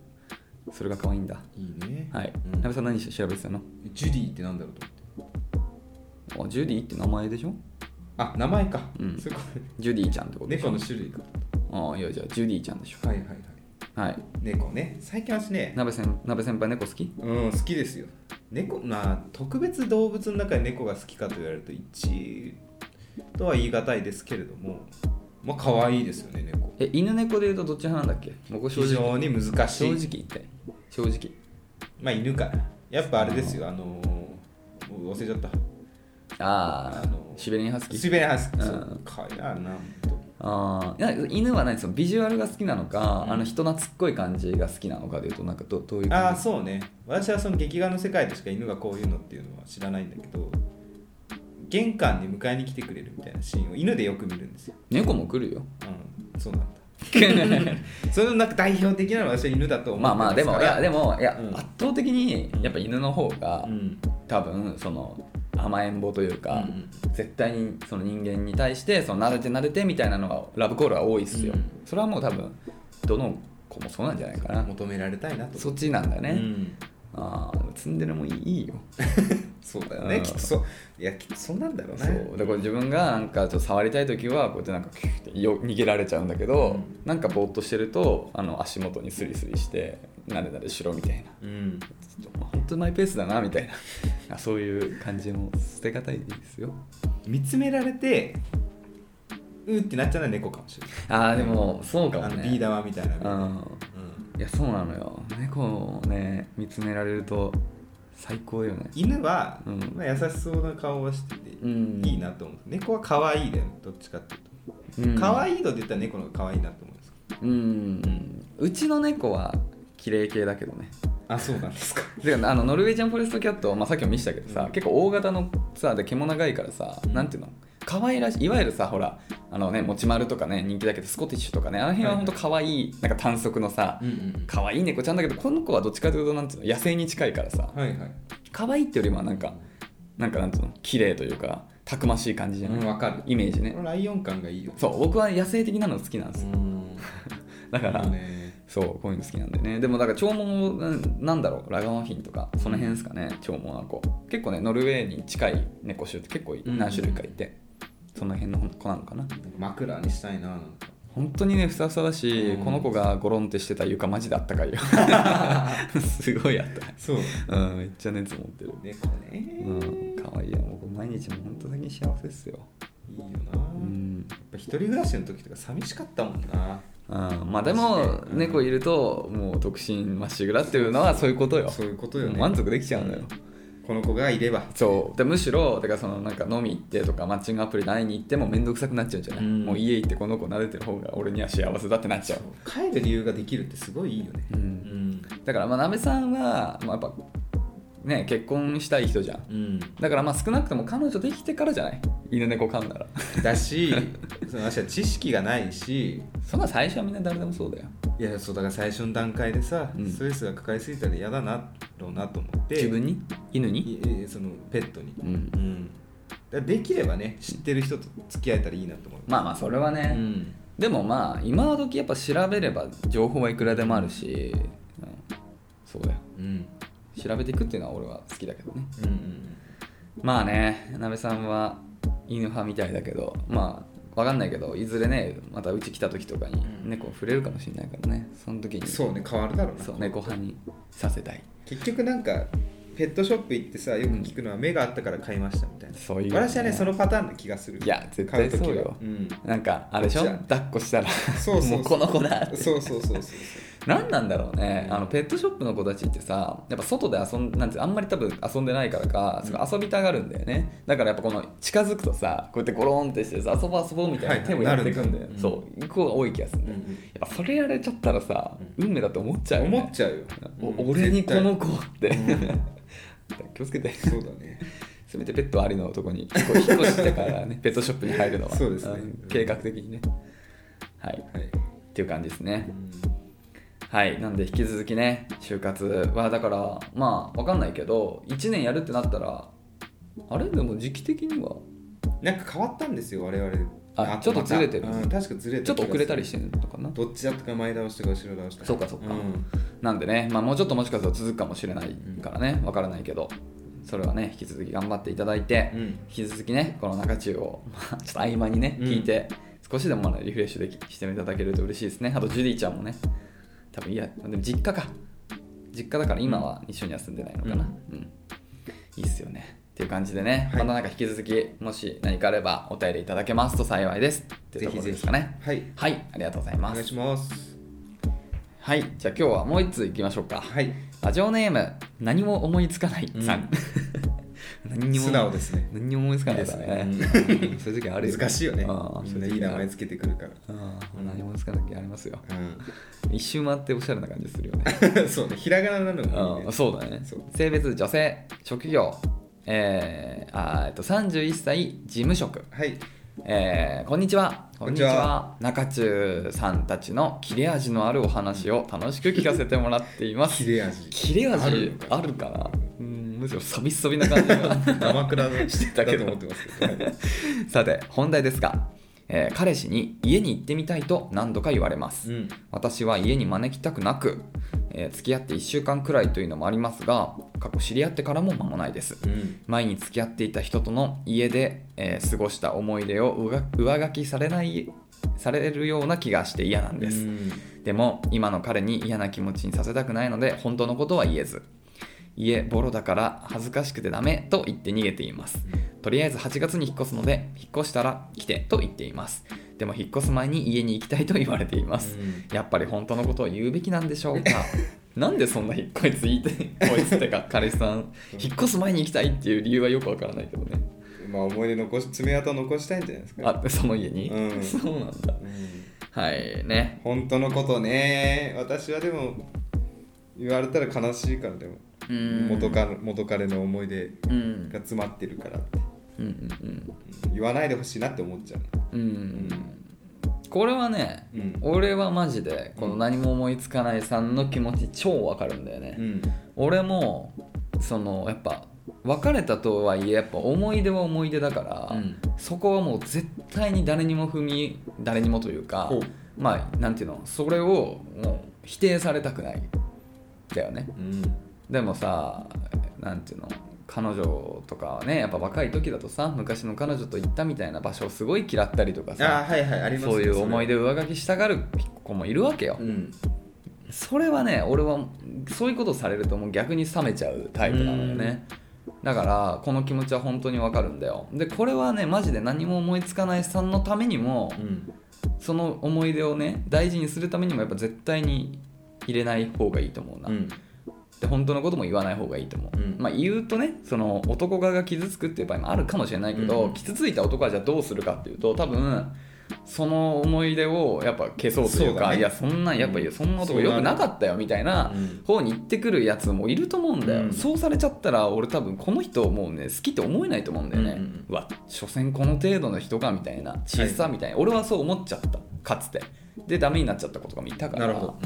Speaker 2: それが可愛いんだ
Speaker 1: いいね
Speaker 2: はい、
Speaker 1: うん
Speaker 2: なべさん何し調べてたの
Speaker 1: ジュディってなんだろうと思って
Speaker 2: あジュディって名前でしょ
Speaker 1: あ名前か
Speaker 2: うん
Speaker 1: そういうことね
Speaker 2: ジュディちゃんってことでし
Speaker 1: 猫
Speaker 2: ょ
Speaker 1: の種類か
Speaker 2: ああいやじゃあジュディちゃんでしょ
Speaker 1: はいはいはい
Speaker 2: はい
Speaker 1: 猫ね最近私ね
Speaker 2: なべせんなべ先輩猫好き
Speaker 1: うん好きですよ猫まあ特別動物の中で猫が好きかと言われると一とは言い難いですけれどもまあ可愛いですよね猫
Speaker 2: え犬猫で言うとどっち派なんだっけ僕正
Speaker 1: 非
Speaker 2: 直
Speaker 1: 常に難し
Speaker 2: 正直
Speaker 1: い
Speaker 2: 言って正直
Speaker 1: まあ犬かなやっぱあれですよあのーもう忘れちゃった
Speaker 2: あ
Speaker 1: あ
Speaker 2: あ
Speaker 1: の
Speaker 2: シベリンハスキ
Speaker 1: ス
Speaker 2: ー
Speaker 1: ベレハスキーそううん可愛いなあれなほんと
Speaker 2: ああいや犬は何そのビジュアルが好きなのか、
Speaker 1: うん
Speaker 2: あの人懐っこい感じが好きなのかでいうとなんかどどういう
Speaker 1: あ
Speaker 2: 感
Speaker 1: あ
Speaker 2: じ
Speaker 1: そうね私はその劇画の世界でしか犬がこういうのっていうのは知らないんだけど玄関に迎えに来てくれるみたいなシーンを犬でよく見るんですよ、
Speaker 2: 猫も来るよ
Speaker 1: うん、そうなんだ
Speaker 2: (laughs)
Speaker 1: それのなんか代表的なのは私は犬だと思
Speaker 2: まあ
Speaker 1: って
Speaker 2: まあでもいやで
Speaker 1: も、
Speaker 2: もいや、
Speaker 1: うん
Speaker 2: 圧倒的にやっぱ犬の方が、
Speaker 1: うん、
Speaker 2: 多分その甘えん坊というか、
Speaker 1: うん
Speaker 2: 絶対にその人間に対してその慣れて慣れてみたいなのがラブコールは多いっすよ、
Speaker 1: うん
Speaker 2: それはもう多分どの子もそうなんじゃないかな
Speaker 1: 求められたいなと
Speaker 2: そっちなんだね、
Speaker 1: うん
Speaker 2: ああツンデレもいいよ
Speaker 1: そうだよね
Speaker 2: うん
Speaker 1: きっとそういやきっとそうなんだろうね
Speaker 2: そうでこれ自分がなんかちょっと触りたい時はこうやってなんかキュッてよ逃げられちゃうんだけど、
Speaker 1: うん
Speaker 2: なんかぼーっとしてるとあの足元にスリスリしてなでなでしろみたいな
Speaker 1: うん
Speaker 2: ちょっとまあ本当マイペースだなみ (laughs) たいなあそういう感じも捨てがたいですよ
Speaker 1: 見つめられてうーってなっちゃうのは猫かもしれない
Speaker 2: あーでもそうかも
Speaker 1: あの
Speaker 2: ね
Speaker 1: ビー玉みたいな、
Speaker 2: うん
Speaker 1: うん
Speaker 2: いやそうなのよ猫をね見つめられると最高よね
Speaker 1: 犬は、
Speaker 2: うん
Speaker 1: まあ、優しそうな顔はしてて、
Speaker 2: うん
Speaker 1: いいなと思う猫は可愛いだよねどっちかっていうと、
Speaker 2: うん
Speaker 1: 可愛いので言ったら猫の方が可愛いなと思うんですけど
Speaker 2: うんうちの猫は綺麗系だけどね
Speaker 1: あそうなんですか
Speaker 2: てかあのノルウェージャンフォレストキャット、まあ、さっきも見せたけどさ、
Speaker 1: うん
Speaker 2: 結構大型のさで毛も長いからさ、
Speaker 1: うん
Speaker 2: なんていうの可愛らしいいわゆるさほらあのねもち丸とかね人気だけどスコティッシュとかねあの辺は
Speaker 1: はい
Speaker 2: 本当可愛い、なんか短足のさ
Speaker 1: うんうん
Speaker 2: 可愛い猫ちゃんだけどこの子はどっちかというとなんていうの野生に近いからさ
Speaker 1: はいはい
Speaker 2: 可愛いってよりもなんかなんかなんていうの綺麗というかたくましい感じじゃない、
Speaker 1: うんわかる
Speaker 2: イメージ
Speaker 1: こ
Speaker 2: ね
Speaker 1: のライオン感がいいよ
Speaker 2: そう僕は野生的なの好きなんですよ
Speaker 1: ん
Speaker 2: だから、
Speaker 1: ね
Speaker 2: そうこういうの好きなんでねでもだから長毛うんなんだろうラガマフィンとかその辺ですかね長毛な子結構ねノルウェーに近い猫種って結構
Speaker 1: ん
Speaker 2: 何種類かいて、その辺の子なのかな
Speaker 1: なんか枕にしたいななんか
Speaker 2: 本当にねふさふさだし、
Speaker 1: うん
Speaker 2: この子がゴロンってしてた床マジであったかい
Speaker 1: (laughs)
Speaker 2: よすごいあったか
Speaker 1: そう
Speaker 2: いうんめっちゃ熱持ってる
Speaker 1: 猫ね
Speaker 2: うん可愛いよ僕毎日もう本当最近幸せっすよ
Speaker 1: いいよ
Speaker 2: う
Speaker 1: なや
Speaker 2: ん
Speaker 1: っぱ一人暮らしの時とか寂しかったもんな
Speaker 2: あまあでも
Speaker 1: うん
Speaker 2: 猫いるともう独身まっしぐらっていうのはそういうことよ
Speaker 1: そういうことよね
Speaker 2: 満足できちゃうのよ、
Speaker 1: この子がいれば
Speaker 2: そうでむしろだからそのなんか飲み行ってとかマッチングアプリで会いに行っても面倒くさくなっちゃうんじゃない、
Speaker 1: うん
Speaker 2: もう家行ってこの子撫でてる方が俺には幸せだってなっちゃう
Speaker 1: 帰る理由ができるってすごいいいよね
Speaker 2: う
Speaker 1: うんん
Speaker 2: だからまあなべさんは、まあ、やっぱね結婚したい人じゃん
Speaker 1: うん
Speaker 2: だからまあ少なくとも彼女できてからじゃない犬猫飼う
Speaker 1: (laughs)
Speaker 2: なら
Speaker 1: だしその私は知識がないし
Speaker 2: そんな最初はみんな誰でもそうだよ
Speaker 1: いやそうだから最初の段階でさ、
Speaker 2: うん
Speaker 1: ストレスが抱えすぎたら嫌だなろうなと思って
Speaker 2: 自分に犬に
Speaker 1: いいそのペットに
Speaker 2: うん
Speaker 1: うんだからできればね知ってる人と付き合えたらいいなと思う、
Speaker 2: まあまあそれはね、
Speaker 1: うん、
Speaker 2: でもまあ今時やっぱ調べれば情報はいくらでもあるし、うんそうだよ
Speaker 1: うん
Speaker 2: 調べていくっていうのは俺は好きだけどね
Speaker 1: うんうん
Speaker 2: まあね、なべさんは犬派みたいだけど、まあ、わかんないけど、いずれね、またうち来た時とかに
Speaker 1: うん
Speaker 2: 猫触れるかもしれないからね、その時に、
Speaker 1: そうね変わるだろうな
Speaker 2: そう猫派にさせたい。
Speaker 1: 結局なんかペットショップ行ってさよく聞くのは目があったから買いましたみたいな
Speaker 2: そういう、
Speaker 1: 私はねそのパターンな気がする
Speaker 2: いや絶対
Speaker 1: 買時は
Speaker 2: そうよ
Speaker 1: ん、
Speaker 2: なんか、あれでしょ
Speaker 1: じゃあ
Speaker 2: 抱っこしたら、
Speaker 1: そうそうそう
Speaker 2: (laughs) もうこの子だって。
Speaker 1: そうそう
Speaker 2: (laughs)
Speaker 1: そうそうそう
Speaker 2: 何なんだろうね、あのペットショップの子たちってさ、やっぱ外で遊んなんてあんまり多分遊んでないからか、すごい遊びたがるんだよね。だからやっぱこの近づくとさ、こうやってゴロンってしてさ、遊ぼう遊ぼうみたい
Speaker 1: は
Speaker 2: ない手もやっていくんだよ。
Speaker 1: なるんだ
Speaker 2: そう、行く方が多い気がするんだよ。やっぱそれやれちゃったらさ、運命だと思っちゃうよね、
Speaker 1: 思っちゃうよ、
Speaker 2: お俺に
Speaker 1: 絶
Speaker 2: こ
Speaker 1: 対
Speaker 2: の子って、気をつけて
Speaker 1: そうだね
Speaker 2: せめてペットありのとこに結構引っ越してからねペットショップに入るのは
Speaker 1: そうですね
Speaker 2: ん計画的にねはい
Speaker 1: はい、
Speaker 2: っていう感じですねはいなんで引き続きね就活はだからまあわかんないけど1年やるってなったらあれでも時期的には
Speaker 1: なんか変わったんですよ我々
Speaker 2: あ
Speaker 1: あ
Speaker 2: ちょっとずれてる
Speaker 1: またうん確かずれてる
Speaker 2: ちょっと遅れたりしてるのかな
Speaker 1: どっちだったか前倒しとか後ろ倒しとか
Speaker 2: そうかそうか
Speaker 1: ん
Speaker 2: なんでね、まあ、もうちょっともしかすると続くかもしれないからねわからないけどそれはね引き続き頑張っていただいて、
Speaker 1: うん
Speaker 2: 引き続きねこの中中を、まあ、ちょっと合間にね
Speaker 1: うん
Speaker 2: 聞いて、少しでもまだリフレッシュできしていただけると嬉しいですねあとジュディちゃんもね多分いやでも実家か実家だから今は一緒には住んでないのかなうん、いいっすよねっていう感じでね、
Speaker 1: はい
Speaker 2: またなんか引き続きもし何かあればお便りいただけますと幸いですっていうところですかね
Speaker 1: はい
Speaker 2: はいありがとうござい
Speaker 1: お
Speaker 2: ま
Speaker 1: 願い
Speaker 2: す
Speaker 1: します
Speaker 2: はいじゃあ今日はもう一通いきましょうか
Speaker 1: はい
Speaker 2: ラジオネーム何も思いつかない
Speaker 1: (laughs)
Speaker 2: さん、何にも
Speaker 1: 素直ですね
Speaker 2: 何にも思いつかないですね
Speaker 1: いい
Speaker 2: うん (laughs) そういう時あるよ
Speaker 1: 難しいよね
Speaker 2: ああ
Speaker 1: みんないい名前
Speaker 2: そういう時
Speaker 1: つけてくるから
Speaker 2: あるああ何も思いつかない時ありますよ
Speaker 1: う
Speaker 2: 一周回っておしゃれな感じ
Speaker 1: (laughs)
Speaker 2: するよね
Speaker 1: んそうねひらがななのもいい
Speaker 2: あ
Speaker 1: ね
Speaker 2: そうだね
Speaker 1: そう
Speaker 2: 性別女性職業えー、あーえっと31歳事務職
Speaker 1: はい
Speaker 2: えーこんにちは。
Speaker 1: こんにちは
Speaker 2: 中中さんたちの切れ味のあるお話を楽しく聞かせてもらっています
Speaker 1: 切。れ
Speaker 2: (laughs)
Speaker 1: 味
Speaker 2: 切れ味あ
Speaker 1: あ
Speaker 2: る
Speaker 1: る
Speaker 2: かなうんむしろサビサビな感じ (laughs) が
Speaker 1: 生倉の
Speaker 2: してたけど
Speaker 1: だと思ってますけどはい
Speaker 2: さて本題ですが、えー彼氏に家に行ってみたいと何度か言われます、
Speaker 1: うん
Speaker 2: 私は家に招きたくなく、えー付き合って1週間くらいというのもありますが過去知り合ってからも間もないです
Speaker 1: うん
Speaker 2: 前に付き合っていた人との家で、えー過ごした思い出を上上書きされないされるような気がして嫌なんです、
Speaker 1: うん
Speaker 2: でも今の彼に嫌な気持ちにさせたくないので本当のことは言えず家ボロだから恥ずかしくてダメと言って逃げていますとりあえず8月に引っ越すので引っ越したら来てと言っていますでも引っ越す前に家に行きたいと言われていますやっぱり本当のことを言うべきなんでしょ
Speaker 1: (laughs)
Speaker 2: うかなんでそんな引っ越いてこいつってか彼氏さん引っ越す前に行きたいっていう理由はよくわからないけどね
Speaker 1: うんまあ思い出残し爪痕残したいんじゃないですか
Speaker 2: あその家に、
Speaker 1: うん
Speaker 2: そうなんだ
Speaker 1: うん
Speaker 2: はいね
Speaker 1: 本当のことね私はでも言われたら悲しいからでも
Speaker 2: うん
Speaker 1: 元カノ元彼の思い出
Speaker 2: うん
Speaker 1: が詰まってるからって
Speaker 2: うんうん
Speaker 1: うん言わないでほしいなって思っちゃう
Speaker 2: うんうんこれはね、
Speaker 1: うん
Speaker 2: 俺はマジでこの何も思いつかないさんの気持ち超わかるんだよね、
Speaker 1: うん
Speaker 2: 俺もそのやっぱ別れたとはいえやっぱ思い出は思い出だから、
Speaker 1: うん
Speaker 2: そこはもう絶対に誰にも踏み誰にもというか
Speaker 1: ほう
Speaker 2: まあなんていうのそれをもう否定されたくないだよね
Speaker 1: うん
Speaker 2: でもさなんていうの彼女とかはねやっぱ若い時だとさ昔の彼女と行ったみたいな場所をすごい嫌ったりとか
Speaker 1: ああ
Speaker 2: さ
Speaker 1: はいはいあります
Speaker 2: そういう思い
Speaker 1: 出
Speaker 2: 出を上書きしたがる子もいるわけよ、
Speaker 1: うん
Speaker 2: それはね俺はそういうことされるともう逆に冷めちゃうタイプなのよねだからこの気持ちは本当にわかるんだよでこれはねマジで何も思いつかないさんのためにも
Speaker 1: うん
Speaker 2: その思い出をね大事にするためにもやっぱ絶対に入れない方がいいと思うな、
Speaker 1: うん
Speaker 2: で本当のことも言わない方がいいと思う、
Speaker 1: うん
Speaker 2: まあ言うとねその男側が傷つくっていう場合もあるかもしれないけど、
Speaker 1: うん
Speaker 2: 傷ついた男はじゃあどうするかっていうと多分その思い出をやっぱ消そうという
Speaker 1: そう
Speaker 2: か
Speaker 1: だね
Speaker 2: いやそんなんやっぱいやそんな
Speaker 1: そ
Speaker 2: 男
Speaker 1: うな
Speaker 2: よ
Speaker 1: る
Speaker 2: くなかったよみたいな
Speaker 1: うん
Speaker 2: 方に行ってくるやつもいると思うんだよ、
Speaker 1: うん
Speaker 2: そうされちゃったら俺多分この人をもうね好きって思えないと思うんだよね、
Speaker 1: うんうん
Speaker 2: うわ所詮この程度の人かみたいな小さみたいな、俺はそう思っちゃったかつてでダメになっちゃった子とかもいたから
Speaker 1: なるほど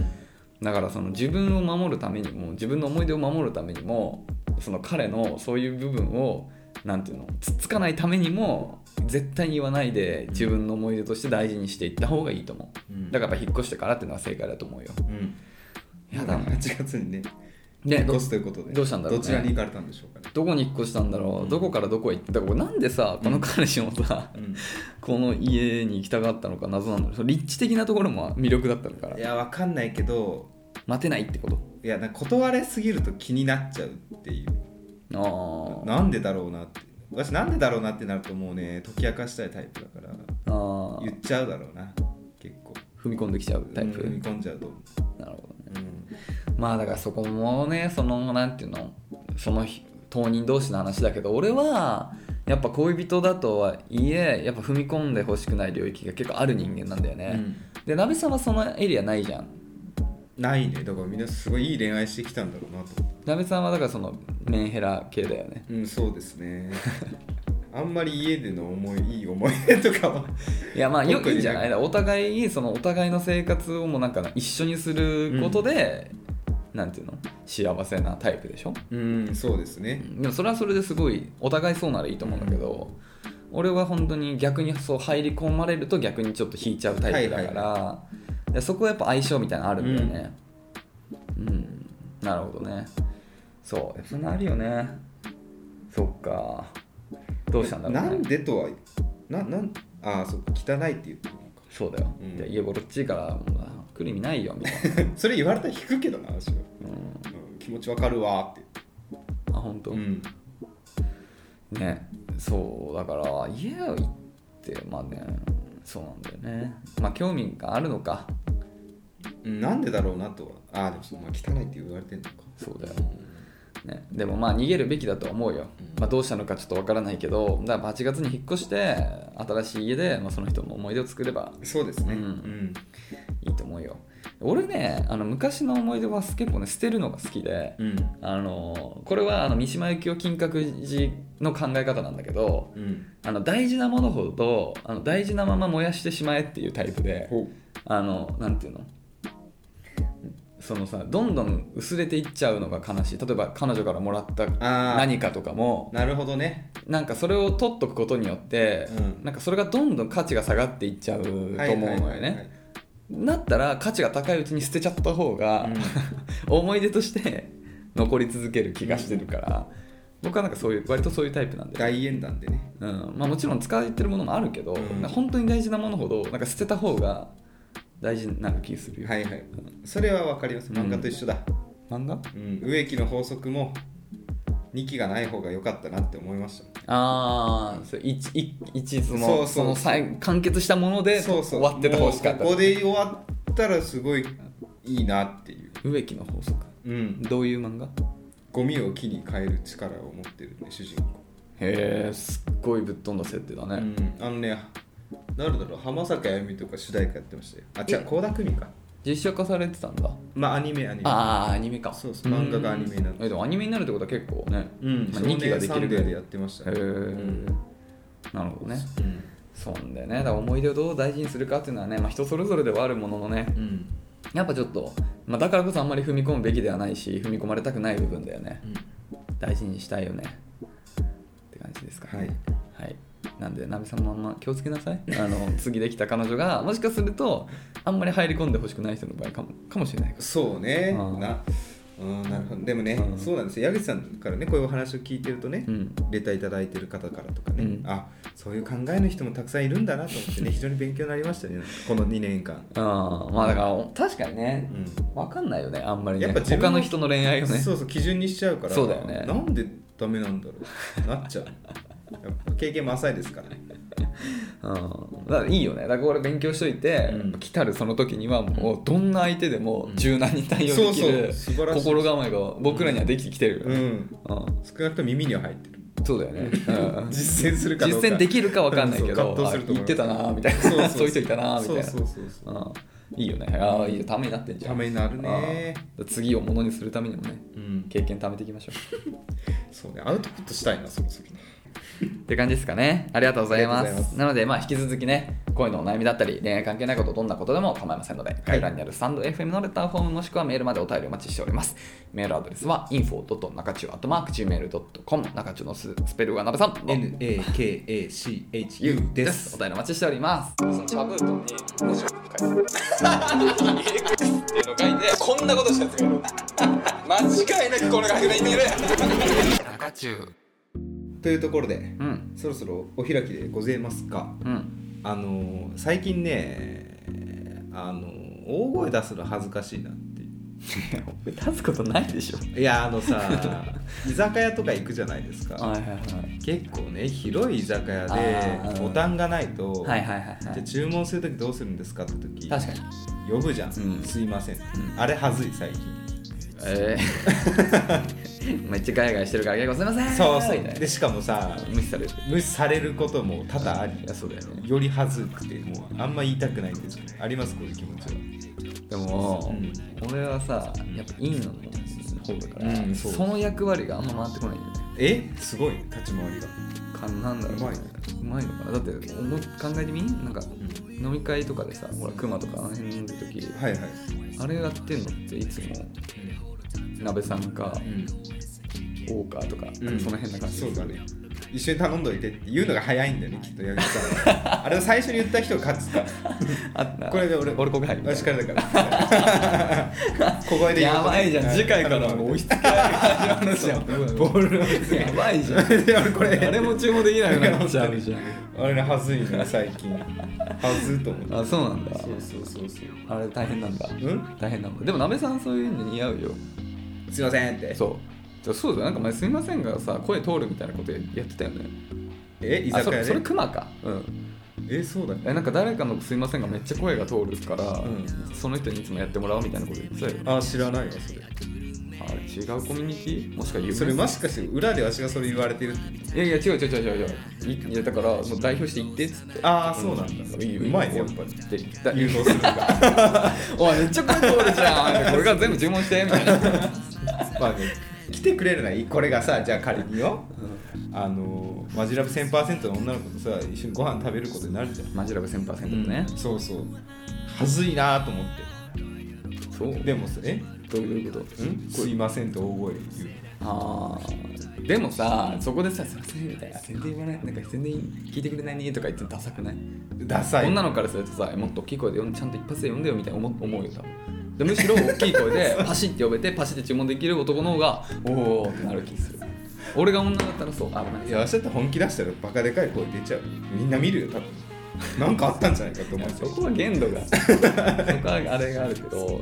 Speaker 2: だからその自分を守るためにも自分の思い出を守るためにもその彼のそういう部分をなんていうのつっつかないためにも絶対に言わないで自分の思い出として大事にしていった方がいいと思
Speaker 1: う
Speaker 2: うんだからやっぱ引っ越してからっていうのは正解だと思うよ
Speaker 1: うん
Speaker 2: やだ
Speaker 1: 8月にね
Speaker 2: ね
Speaker 1: 引っ
Speaker 2: ど
Speaker 1: 越すということで
Speaker 2: どうしたんだろうね
Speaker 1: どちらに行かれたんでしょうかね
Speaker 2: どこに引っ越したんだろ
Speaker 1: うん
Speaker 2: うどこからどこへ行ってたかこれなんでさこの彼氏も
Speaker 1: (laughs)
Speaker 2: さ、この家に行きたかったのか謎なんだろうその立地的なところも魅力だったのか
Speaker 1: う
Speaker 2: なん
Speaker 1: いやわかんないけど
Speaker 2: 待てないってこと
Speaker 1: いやなんか断れすぎると気になっちゃうっていう
Speaker 2: あー
Speaker 1: なんでだろうなって私なんでだろうなってなるともうね解き明かしたいタイプだから
Speaker 2: あー
Speaker 1: 言っちゃうだろうな結構
Speaker 2: 踏み込んできちゃうタイプ、
Speaker 1: うん踏み込んじゃうと思う
Speaker 2: なるほどね
Speaker 1: うん
Speaker 2: まあだからそこもねそのなんていうのその日当人同士の話だけど俺はやっぱ恋人だとはいえやっぱ踏み込んでほしくない領域が結構ある人間なんだよね、で鍋さんはそのエリアないじゃん
Speaker 1: ないねだからみんなすごいいい恋愛してきたんだろうなと思って
Speaker 2: 鍋さんはだからそのメンヘラ系だよね
Speaker 1: うんそうです
Speaker 2: (laughs)
Speaker 1: ねあんまり家での思いいい思い出とかはい
Speaker 2: やまあよ
Speaker 1: 特に
Speaker 2: く
Speaker 1: ね
Speaker 2: いいんじゃないだからお互いそのお互いの生活をもうなんか一緒にすることで、なんていうの幸せなタイプでしょ
Speaker 1: うんそうですね
Speaker 2: でもそれはそれですごいお互いそうならいいと思うんだけど、俺は本当に逆にそう入り込まれると逆にちょっと引いちゃうタイプだから、でそこはやっぱ相性みたいなのあるんだよねうん、なるほどねそうそんなあるよねそっかどうしたんだろうね
Speaker 1: なんでとはななんああそう汚いって言ってるのか
Speaker 2: そうだよ、
Speaker 1: うん
Speaker 2: で家ボロっちいからもうな来る意味ないよみたいな、
Speaker 1: それ言われたら引くけどな私は、
Speaker 2: うん、
Speaker 1: うん、気持ちわかるわーって
Speaker 2: あ本当、
Speaker 1: ん
Speaker 2: ねそうだから家を行ってまあねそうなんだよねまあ興味があるのか
Speaker 1: うんなんでだろうなとはああでもそう、まあ、汚いって言われてるのか
Speaker 2: そうだよ、ね、でもまあ逃げるべきだとは思うよ、まあ、どうしたのかちょっとわからないけどだから8月に引っ越して新しい家で、まあ、その人の思い出を作れば
Speaker 1: そうですね
Speaker 2: うん
Speaker 1: ん
Speaker 2: いいと思うよ俺ねあの昔の思い出は結構ね捨てるのが好きで、
Speaker 1: うん
Speaker 2: あのこれはあの三島由紀夫金閣寺の考え方なんだけど
Speaker 1: うん
Speaker 2: あの大事なものほどあの大事なまま燃やしてしまえっていうタイプで
Speaker 1: ほ
Speaker 2: あのなんていうのそのさどんどん薄れていっちゃうのが悲しい例えば彼女からもらった
Speaker 1: うああ
Speaker 2: 何かとかも
Speaker 1: なるほどね
Speaker 2: なんかそれを取っとくことによって、
Speaker 1: うん
Speaker 2: なんかそれがどんどん価値が下がっていっちゃうと思うのよね、
Speaker 1: はいはいはいはい
Speaker 2: なったら価値が高いうちに捨てちゃった方が、 (laughs) 思い出として残り続ける気がしてるから、僕はなんかそういう割とそういうタイプなんで、
Speaker 1: 大演談でね
Speaker 2: うんまあ、もちろん使われてるものもあるけど、
Speaker 1: うん
Speaker 2: 本当に大事なものほどなんか捨てた方が大事になる気するよ、
Speaker 1: はいはいそれはわかります漫画と一緒だ、
Speaker 2: 漫画
Speaker 1: うん、植木の法則も2期がない方が良かったなって思いました
Speaker 2: ああ一一一その
Speaker 1: そうそう
Speaker 2: その最完結したもので
Speaker 1: そうそう
Speaker 2: 終わっててほしかった
Speaker 1: もうここで終わったらすごいいいなっていう、
Speaker 2: 植木の法則
Speaker 1: うん、
Speaker 2: どういう漫画
Speaker 1: ゴミを木に変える力を持ってるね主人公、
Speaker 2: へえすっごいぶっ飛んだ設定だ
Speaker 1: う
Speaker 2: ね
Speaker 1: ん、あのねなんだろう浜崎あゆみとか主題歌やってましたよあ違う
Speaker 2: え
Speaker 1: 倖田來未か
Speaker 2: 実写化されてたんだ
Speaker 1: まあアニメアニメ
Speaker 2: ああアニメか
Speaker 1: そうそう漫画がアニメになって
Speaker 2: えでもアニメになるってことは結構ね、
Speaker 1: うん、少
Speaker 2: まあ、2期が
Speaker 1: 年
Speaker 2: で
Speaker 1: サ
Speaker 2: き
Speaker 1: ン
Speaker 2: るぐ
Speaker 1: デ
Speaker 2: ら
Speaker 1: ー
Speaker 2: い
Speaker 1: で
Speaker 2: へ
Speaker 1: やってました
Speaker 2: え
Speaker 1: ねうん
Speaker 2: なるほどね
Speaker 1: うん
Speaker 2: そんでねだから思い出をどう大事にするかっていうのはね、まあ、人それぞれではあるもののね
Speaker 1: うん
Speaker 2: やっぱちょっと、まあ、だからこそあんまり踏み込むべきではないし踏み込まれたくない部分だよね大事にしたいよねって感じですかねはい、なんでナミさんもあんま気をつけなさい
Speaker 1: (laughs)
Speaker 2: あの次できた彼女がもしかするとあんまり入り込んでほしくない人の場合かもかもしれないから
Speaker 1: そうね
Speaker 2: うん
Speaker 1: なうんなるほどでもね
Speaker 2: うん
Speaker 1: そうなんですよ矢口さんからねこういうお話を聞いてるとね
Speaker 2: うん
Speaker 1: レターいただいてる方からとかね、
Speaker 2: うん
Speaker 1: あそういう考えの人もたくさんいるんだなと思ってね非常に勉強になりましたねこの2年間、
Speaker 2: あーまあだから確かにね
Speaker 1: う
Speaker 2: 分かんないよねあんまりね
Speaker 1: やっぱ自分の
Speaker 2: 他の人の恋愛を
Speaker 1: ん
Speaker 2: ね
Speaker 1: そうそう基準にしちゃうから
Speaker 2: そうだよね
Speaker 1: なんでダメなんだろう (laughs) なっちゃうやっぱ経験も浅いです
Speaker 2: (laughs)
Speaker 1: からね
Speaker 2: うん、だからいいよねだからこれ勉強しといて、
Speaker 1: うん
Speaker 2: 来たるその時にはもうどんな相手でも柔軟に対応でき
Speaker 1: うん
Speaker 2: る
Speaker 1: そうそう素晴らしい
Speaker 2: 心構えが僕らにはできてきてるよ
Speaker 1: う
Speaker 2: ね、
Speaker 1: ん
Speaker 2: うん
Speaker 1: 少なくとも耳には入ってる
Speaker 2: そうだよね、うん
Speaker 1: 実践するかどうか
Speaker 2: 実践できるかわかんないけ
Speaker 1: そう
Speaker 2: ど
Speaker 1: 葛藤すると
Speaker 2: あ言
Speaker 1: 思
Speaker 2: っ
Speaker 1: う
Speaker 2: てたなみたいなそういう人いたなみたいな
Speaker 1: そうそうそうそう
Speaker 2: うんいいよねああいいよためになってんじゃ
Speaker 1: た
Speaker 2: ん
Speaker 1: めになるね
Speaker 2: うん次をものにするためにもね
Speaker 1: うん
Speaker 2: 経験貯めていきまし
Speaker 1: (laughs)
Speaker 2: ょう
Speaker 1: そうねアウトプットしたいなそろそろ
Speaker 2: って感じですかねありがとうござい
Speaker 1: あ
Speaker 2: ま
Speaker 1: りがとうございます
Speaker 2: なのでまあ引き続きね恋のお悩みだったり恋愛関係ないことどんなことでも構いませんので概要欄にあるスタンド FM のレターフォームもしくはメールまでお便りお待ちしておりますメールアドレスは info.nakachu.gmail.com 中中のススペルはなべさん
Speaker 1: NAKACHU
Speaker 2: で。
Speaker 1: ですす
Speaker 2: お便りお待ちしております。そのチャブートに文字を書いて。っていうの書いて、こんなことしたやつがいる。間違いなくこれが白熱いる。中中。
Speaker 1: というところで
Speaker 2: うん。
Speaker 1: そろそろお開きでございますか
Speaker 2: うん。
Speaker 1: あのー最近ねあのー大声出すの恥ずかしいなっていう
Speaker 2: 立つことないでしょ。
Speaker 1: いやあの
Speaker 2: (laughs)
Speaker 1: さ居酒屋とか行くじゃないですか
Speaker 2: いはいはい。
Speaker 1: 結構ね広い居酒屋
Speaker 2: あー
Speaker 1: でボタンがないと、
Speaker 2: はいはいはいは
Speaker 1: じゃあ
Speaker 2: い。
Speaker 1: 注文する時どうするんですかって時
Speaker 2: 確かに。
Speaker 1: 呼ぶじゃん、
Speaker 2: うん
Speaker 1: すいません、
Speaker 2: ん
Speaker 1: あれはずい最近
Speaker 2: えーめっちゃガヤガヤしてるから結構すいません
Speaker 1: そうそう
Speaker 2: みたいな
Speaker 1: でしかもさ
Speaker 2: 無視される
Speaker 1: 無視されることも多々あり
Speaker 2: いやそうだよね
Speaker 1: よりはずくてもうあんま言いたくないんですよありますこういう気持ちは
Speaker 2: でも、
Speaker 1: う
Speaker 2: 俺はさやっぱインの方だから、
Speaker 1: うんそ
Speaker 2: そうの役割があんま回ってこないんだよね
Speaker 1: えすごいね立ち回りが、
Speaker 2: かなんだろうね
Speaker 1: うまいう
Speaker 2: まいのかなだって思い考えてみなんか飲み会とかでさほらクマとかあの辺飲んでる時
Speaker 1: はいはい、
Speaker 2: あれやってんのっていつも鍋さんか
Speaker 1: うん
Speaker 2: オーカーとか、その辺な感じ
Speaker 1: そうだね一緒に頼んどいてって言うのが早いんだよねきっと矢口さん
Speaker 2: (laughs)
Speaker 1: はあれを最初に言った人が勝つから
Speaker 2: あった
Speaker 1: これで俺
Speaker 2: 俺ここ入るみたい
Speaker 1: 私
Speaker 2: な
Speaker 1: からだから (laughs) 小声で言う
Speaker 2: や
Speaker 1: こと
Speaker 2: ばいじゃん、
Speaker 1: は
Speaker 2: 次回からもう押し付けられる感じなんですよボール
Speaker 1: (laughs)
Speaker 2: やばいじゃん
Speaker 1: 俺これ
Speaker 2: 誰も注文できなくなっちゃうじゃん
Speaker 1: あれねはずいね最近はずと思って
Speaker 2: あそうなんだ
Speaker 1: そうそうそうそう
Speaker 2: あれ大変なんだ
Speaker 1: ん
Speaker 2: 大変なんだでも鍋さんそういうの似合うよ
Speaker 1: すいませんって
Speaker 2: そうじゃあそうだよなんか前すいませんがさ声通るみたいなことやってたよね
Speaker 1: え居
Speaker 2: あそ
Speaker 1: 酒屋
Speaker 2: れそれ
Speaker 1: で
Speaker 2: クマかうん
Speaker 1: えそうだ
Speaker 2: えなんか誰かの「すいません」がめっちゃ声が通るから、
Speaker 1: ん
Speaker 2: その人にいつもやってもらおうみたいなこと言ってたよ
Speaker 1: あ知らないわそれ
Speaker 2: あれ違うコミュニティもしか夢
Speaker 1: それもしかして裏でわしがそれ言われてるって
Speaker 2: いやいや違う違う違う違う違ういいやだからもう代表して行ってっつって
Speaker 1: ああそうなんだ
Speaker 2: いいよ
Speaker 1: うまいね
Speaker 2: よ
Speaker 1: やっぱり
Speaker 2: って言った
Speaker 1: 誘導するのが
Speaker 2: (laughs) おいめっちゃ声通るじゃんこれから全部注文してみたいな (laughs)
Speaker 1: まあね来てくれるならいいこれがさじゃあ仮によあのマジラブ1000%の女の子とさ一緒にご飯食べることになるじゃん
Speaker 2: マジラブ1000%ね、
Speaker 1: そうそうはずいなと思っ
Speaker 2: そう
Speaker 1: てでもさえ
Speaker 2: どういうこと
Speaker 1: んすいませんって大声で言う
Speaker 2: あーでもさそこでさ「すいません」みたいな「全然言わないなんか全然聞いてくれないね」とか言ってダサくない
Speaker 1: ダサい
Speaker 2: 女の子からするとさもっと大きい声で呼んちゃんと一発で呼んでよみたいな思思うよ多分でむしろ
Speaker 1: (laughs)
Speaker 2: 大きい声でパシッて呼べてパシッて注文できる男の方がおおってなる気する俺が女だったらそうあごめん
Speaker 1: いやわしだって本気出したらバカでかい声出ちゃうみんな見るよ多分なんかあったんじゃないかと思う
Speaker 2: そこは限
Speaker 1: (laughs)
Speaker 2: 度がそこはあれがあるけど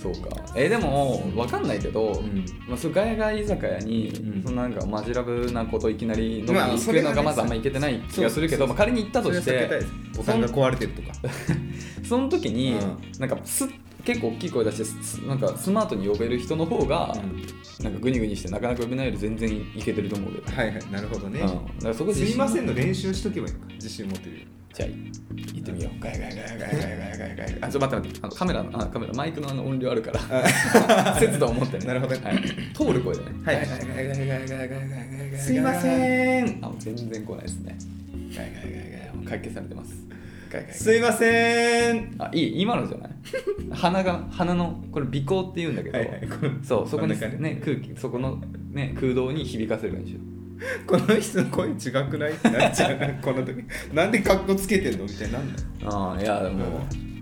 Speaker 2: そうかえでも分かんないけど、
Speaker 1: ん
Speaker 2: まあ、そうガヤガヤ居酒屋に、
Speaker 1: うん
Speaker 2: そのなんかマジラブなこといきなり飲みに
Speaker 1: まあ
Speaker 2: 行
Speaker 1: そ
Speaker 2: く
Speaker 1: れが
Speaker 2: の
Speaker 1: ね
Speaker 2: がまずあんまいけてない気がするけど、
Speaker 1: そ
Speaker 2: ま
Speaker 1: う
Speaker 2: あ、仮に行ったとし
Speaker 1: それは避けたい
Speaker 2: て
Speaker 1: ですボタンが壊れてるとか
Speaker 2: その時に、
Speaker 1: う
Speaker 2: なんかスッ結構大きい声出してスなんかスマートに呼べる人の方が、なんかグニグニしてなかなか呼べないより全然いけてると思うけど、
Speaker 1: はいはいなるほどね
Speaker 2: うんだからそこ
Speaker 1: す
Speaker 2: 自信
Speaker 1: いませんの練習しとけばいいのか自信持てる
Speaker 2: じゃあ行ってみようガヤガヤガヤガヤガヤガヤガヤガヤあちょ待って待ってあのカメラのあカメラマイクのあの音量あるから (laughs) 節度を持ってね
Speaker 1: なるほど
Speaker 2: はい、通る声でね
Speaker 1: はい
Speaker 2: ガヤガヤガヤガヤガヤガヤガヤガヤガヤ
Speaker 1: すいません
Speaker 2: あもう全然来ないですねガヤガヤガヤガヤもう解決されてますガヤガヤガヤ
Speaker 1: すいません
Speaker 2: あいい今のじゃない鼻が鼻のこれ鼻孔って言うんだけど、
Speaker 1: はいはいこの
Speaker 2: そうそこに
Speaker 1: 真ん中
Speaker 2: ね空気そこのね空洞に響かせるんでしょ
Speaker 1: この人の声違くないってなっちゃうなこの時なんで格好つけてんのみたいになんだ
Speaker 2: ああいやでも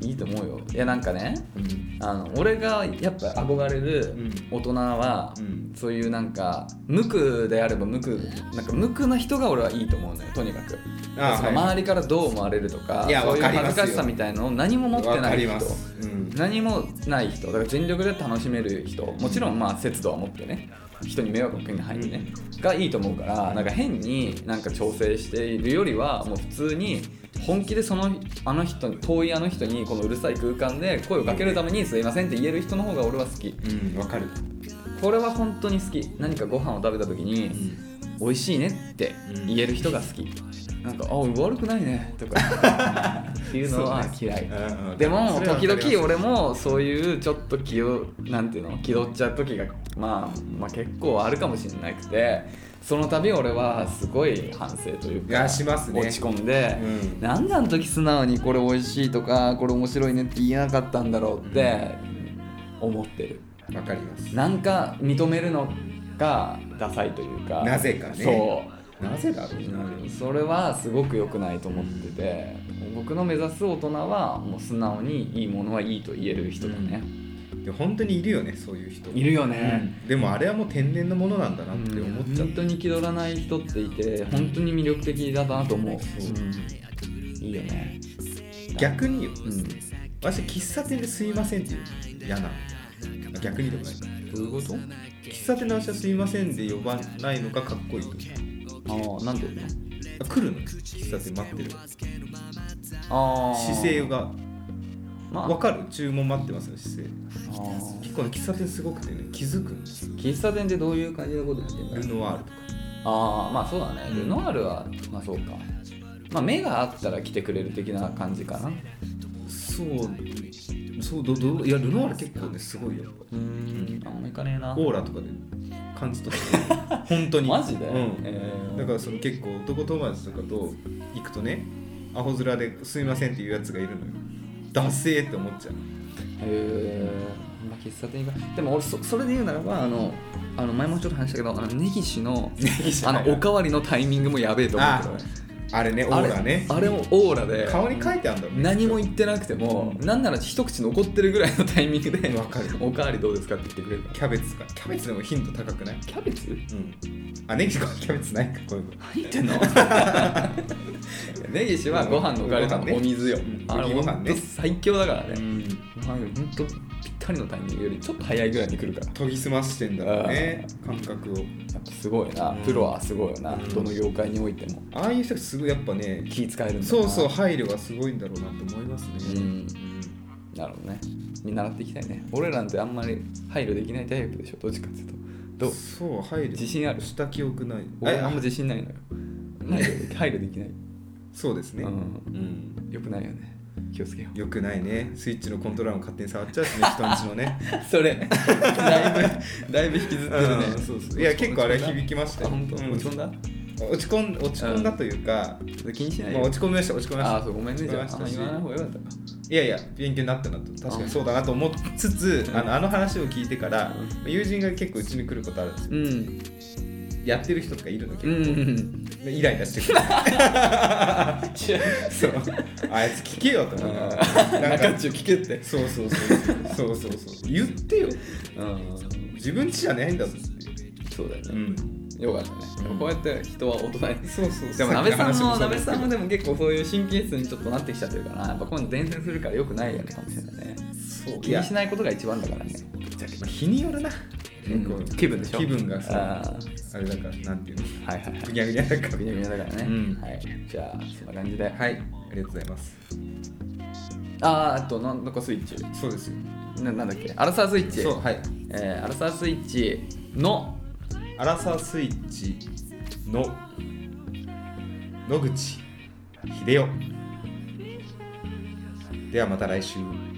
Speaker 2: いいと思うよいやなんかね
Speaker 1: うん
Speaker 2: あの俺がやっぱ憧れる大人は、
Speaker 1: うん
Speaker 2: そういうなんか無垢であれば無垢なんか無垢な人が俺はいいと思うのよとにかく
Speaker 1: あ
Speaker 2: そ
Speaker 1: は
Speaker 2: の
Speaker 1: い
Speaker 2: 周りからどう思われるとか
Speaker 1: いや
Speaker 2: そういう
Speaker 1: わかりま
Speaker 2: 恥ず
Speaker 1: すよ
Speaker 2: かしさみたいのを何も持って
Speaker 1: わ
Speaker 2: な
Speaker 1: か
Speaker 2: い
Speaker 1: り
Speaker 2: 人
Speaker 1: ますうん
Speaker 2: 何もない人だから全力で楽しめる人もちろんまあ節度は持ってね人に迷惑をかけない範囲でね、がいいと思うからなんか変になんか調整しているよりはもう普通に本気でそのあの人に遠いあの人にこのうるさい空間で声をかけるために「すいません」って言える人の方が俺は好き
Speaker 1: うんわかる
Speaker 2: これは本当に好き何かご飯を食べた時に「美味しいね」って言える人が好きなんか「あ悪くないね」とかっていうのは嫌い
Speaker 1: うんうん
Speaker 2: でも
Speaker 1: それはわか
Speaker 2: 時
Speaker 1: ります
Speaker 2: 々俺もそういうちょっと気をなんていうの気取っちゃう時が、まあ、まあ結構あるかもしれなくてその度俺はすごい反省とい
Speaker 1: い
Speaker 2: うか
Speaker 1: やしますね
Speaker 2: 落ち込んで、
Speaker 1: うん
Speaker 2: なんであの時素直にこれ美味しいとかこれ面白いねって言えなかったんだろうって思ってる
Speaker 1: わかります
Speaker 2: なんか認めるのがダサいというか
Speaker 1: なぜかね
Speaker 2: そう
Speaker 1: なぜだろうな
Speaker 2: うんそれはすごく良くないと思ってて僕の目指す大人はもう素直にいいものはいいと言える人だね、
Speaker 1: でも本当にいるよねそういう人
Speaker 2: いるよ
Speaker 1: う
Speaker 2: ね、
Speaker 1: んでもあれはもう天然のものなんだなって思っちゃっ
Speaker 2: 本当に気取らない人っていて本当に魅力的だなと思う、
Speaker 1: そう
Speaker 2: いいよね、
Speaker 1: た逆によ
Speaker 2: うん、ど
Speaker 1: 私喫茶店ですいませんって言う嫌なの逆にでもないう
Speaker 2: いうこと
Speaker 1: 喫茶店の私はすいませんで呼ばないのがかっこいいと
Speaker 2: ああなんていうの
Speaker 1: 来るの喫茶店待ってる
Speaker 2: ああ
Speaker 1: 姿勢が
Speaker 2: まあ
Speaker 1: わかる注文待ってますよ姿勢
Speaker 2: あー
Speaker 1: 結構ね喫茶店すごくてね気づくんですよ
Speaker 2: 喫茶店ってどういう感じのことやってんだ
Speaker 1: ルノワールとか
Speaker 2: ああまあそうだね、
Speaker 1: うん
Speaker 2: ルノアールはまあそうかまあ目があったら来てくれる的な感じかな
Speaker 1: そうそうどどいやルノワール結構ねすごいよ
Speaker 2: うんあんま行かねえな
Speaker 1: オーラとかで感じとか
Speaker 2: (laughs)
Speaker 1: 本当に
Speaker 2: マジで、
Speaker 1: うん
Speaker 2: えー
Speaker 1: だからその結構男友達とかと行くとねアホ面で「すいません」っていうやつがいるのよダセーって思っちゃう
Speaker 2: えーまあ、喫茶店がでも俺そそれで言うならばあのあの前もちょっと話したけどあの根岸の
Speaker 1: 岸
Speaker 2: あのおかわりのタイミングもやべえと思うけどね
Speaker 1: あれねオーラね
Speaker 2: あれあれもオーラで
Speaker 1: 顔に書いてあるんだもんね
Speaker 2: 何も言ってなくても、なんなら一口残ってるぐらいのタイミングで
Speaker 1: わかる
Speaker 2: おかわりどうですかって言ってくれるから
Speaker 1: キャベツかキャベツでも頻度高くない
Speaker 2: キャベツ
Speaker 1: うんあネギとかキャベツないかこういうの
Speaker 2: 何言って (laughs) んの根岸はご飯のおかわりと
Speaker 1: ご飯ね
Speaker 2: お水よ、
Speaker 1: うん
Speaker 2: あれ
Speaker 1: ご
Speaker 2: ほ
Speaker 1: 飯
Speaker 2: ん
Speaker 1: ね
Speaker 2: と最強だからね、
Speaker 1: ん
Speaker 2: まあ、ほんとぴったりのタイミングよりちょっと早いぐらいに来るから
Speaker 1: 研ぎ澄ましてんだろうね感覚を
Speaker 2: やっぱすごいな、
Speaker 1: うん
Speaker 2: プロはすごいよな、
Speaker 1: うん
Speaker 2: どの業界においても
Speaker 1: ああいう人すごいやっぱね
Speaker 2: 気使えるんだな
Speaker 1: そうそう配慮がすごいんだろうなと思います
Speaker 2: う
Speaker 1: ね
Speaker 2: んなるほどね見習っていきたいね俺らなんてあんまり配慮できないタイプでしょどっちかっていうとどう
Speaker 1: そう配慮
Speaker 2: 自信ある
Speaker 1: した記憶ない
Speaker 2: 俺あんま
Speaker 1: あ
Speaker 2: 自信ないのよ配慮でき配慮できない、
Speaker 1: そうですね
Speaker 2: う
Speaker 1: うんん
Speaker 2: よくないよね気をつけ
Speaker 1: (laughs)
Speaker 2: よう
Speaker 1: よくないねスイッチのコントローラーも勝手に触っちゃうし
Speaker 2: (laughs)
Speaker 1: ね人んちのね
Speaker 2: それだいぶだいぶ引きずってるね、
Speaker 1: うんそうそういや結構あれ響きました
Speaker 2: あ
Speaker 1: よ
Speaker 2: 本当、
Speaker 1: うん
Speaker 2: 落
Speaker 1: 落ち
Speaker 2: ち込んだ
Speaker 1: 込ん落ち込んだというか、
Speaker 2: 気にしない
Speaker 1: まあ、
Speaker 2: よ、
Speaker 1: 落ち込みました落ち込みました
Speaker 2: ああそうごめんねじゃああん
Speaker 1: 落ち込
Speaker 2: ま
Speaker 1: みましたし
Speaker 2: 言わない方がよかったか
Speaker 1: いやいや勉強になったなと確かにそうだなと思いつつ
Speaker 2: うん
Speaker 1: あのあの話を聞いてから友人が結構うちに来ることあるんですよ
Speaker 2: うん
Speaker 1: やってる人とかいるの
Speaker 2: う
Speaker 1: 結
Speaker 2: ん
Speaker 1: 構でイライラしてくる
Speaker 2: (laughs)
Speaker 1: そうあいつ聞けよと思うなん
Speaker 2: 中
Speaker 1: か
Speaker 2: 中聞けって
Speaker 1: そうそうそうそうそうそう言ってよ
Speaker 2: うん
Speaker 1: 自分ちじゃないんだぞっていう
Speaker 2: そうだよね、
Speaker 1: ん
Speaker 2: よかったね、
Speaker 1: うん
Speaker 2: こうやって人は大人に
Speaker 1: そうそう
Speaker 2: でも鍋さんも鍋さんも
Speaker 1: も
Speaker 2: でも結構そういう神経質にちょっとなってきちゃってるからやっぱこういうの伝染するからよくないやつかもしれないね
Speaker 1: そうい
Speaker 2: 気
Speaker 1: や
Speaker 2: にしないことが一番だからね、
Speaker 1: じゃあ日によるな結構
Speaker 2: うん気分でしょ
Speaker 1: 気分がさ
Speaker 2: あ
Speaker 1: あれだからなんていうの
Speaker 2: ーはいはいはい
Speaker 1: ぐにゃぐにゃだから
Speaker 2: ぐにゃぐにゃだからね、
Speaker 1: うん
Speaker 2: はいじゃあそんな感じで、
Speaker 1: はいありがとうございます
Speaker 2: あーあとなんかスイッチ
Speaker 1: そうですよ
Speaker 2: ななんだっけアラサースイッチ
Speaker 1: そうはい
Speaker 2: えーアラサースイッチの
Speaker 1: アラサースイッチの野口英世ではまた来週。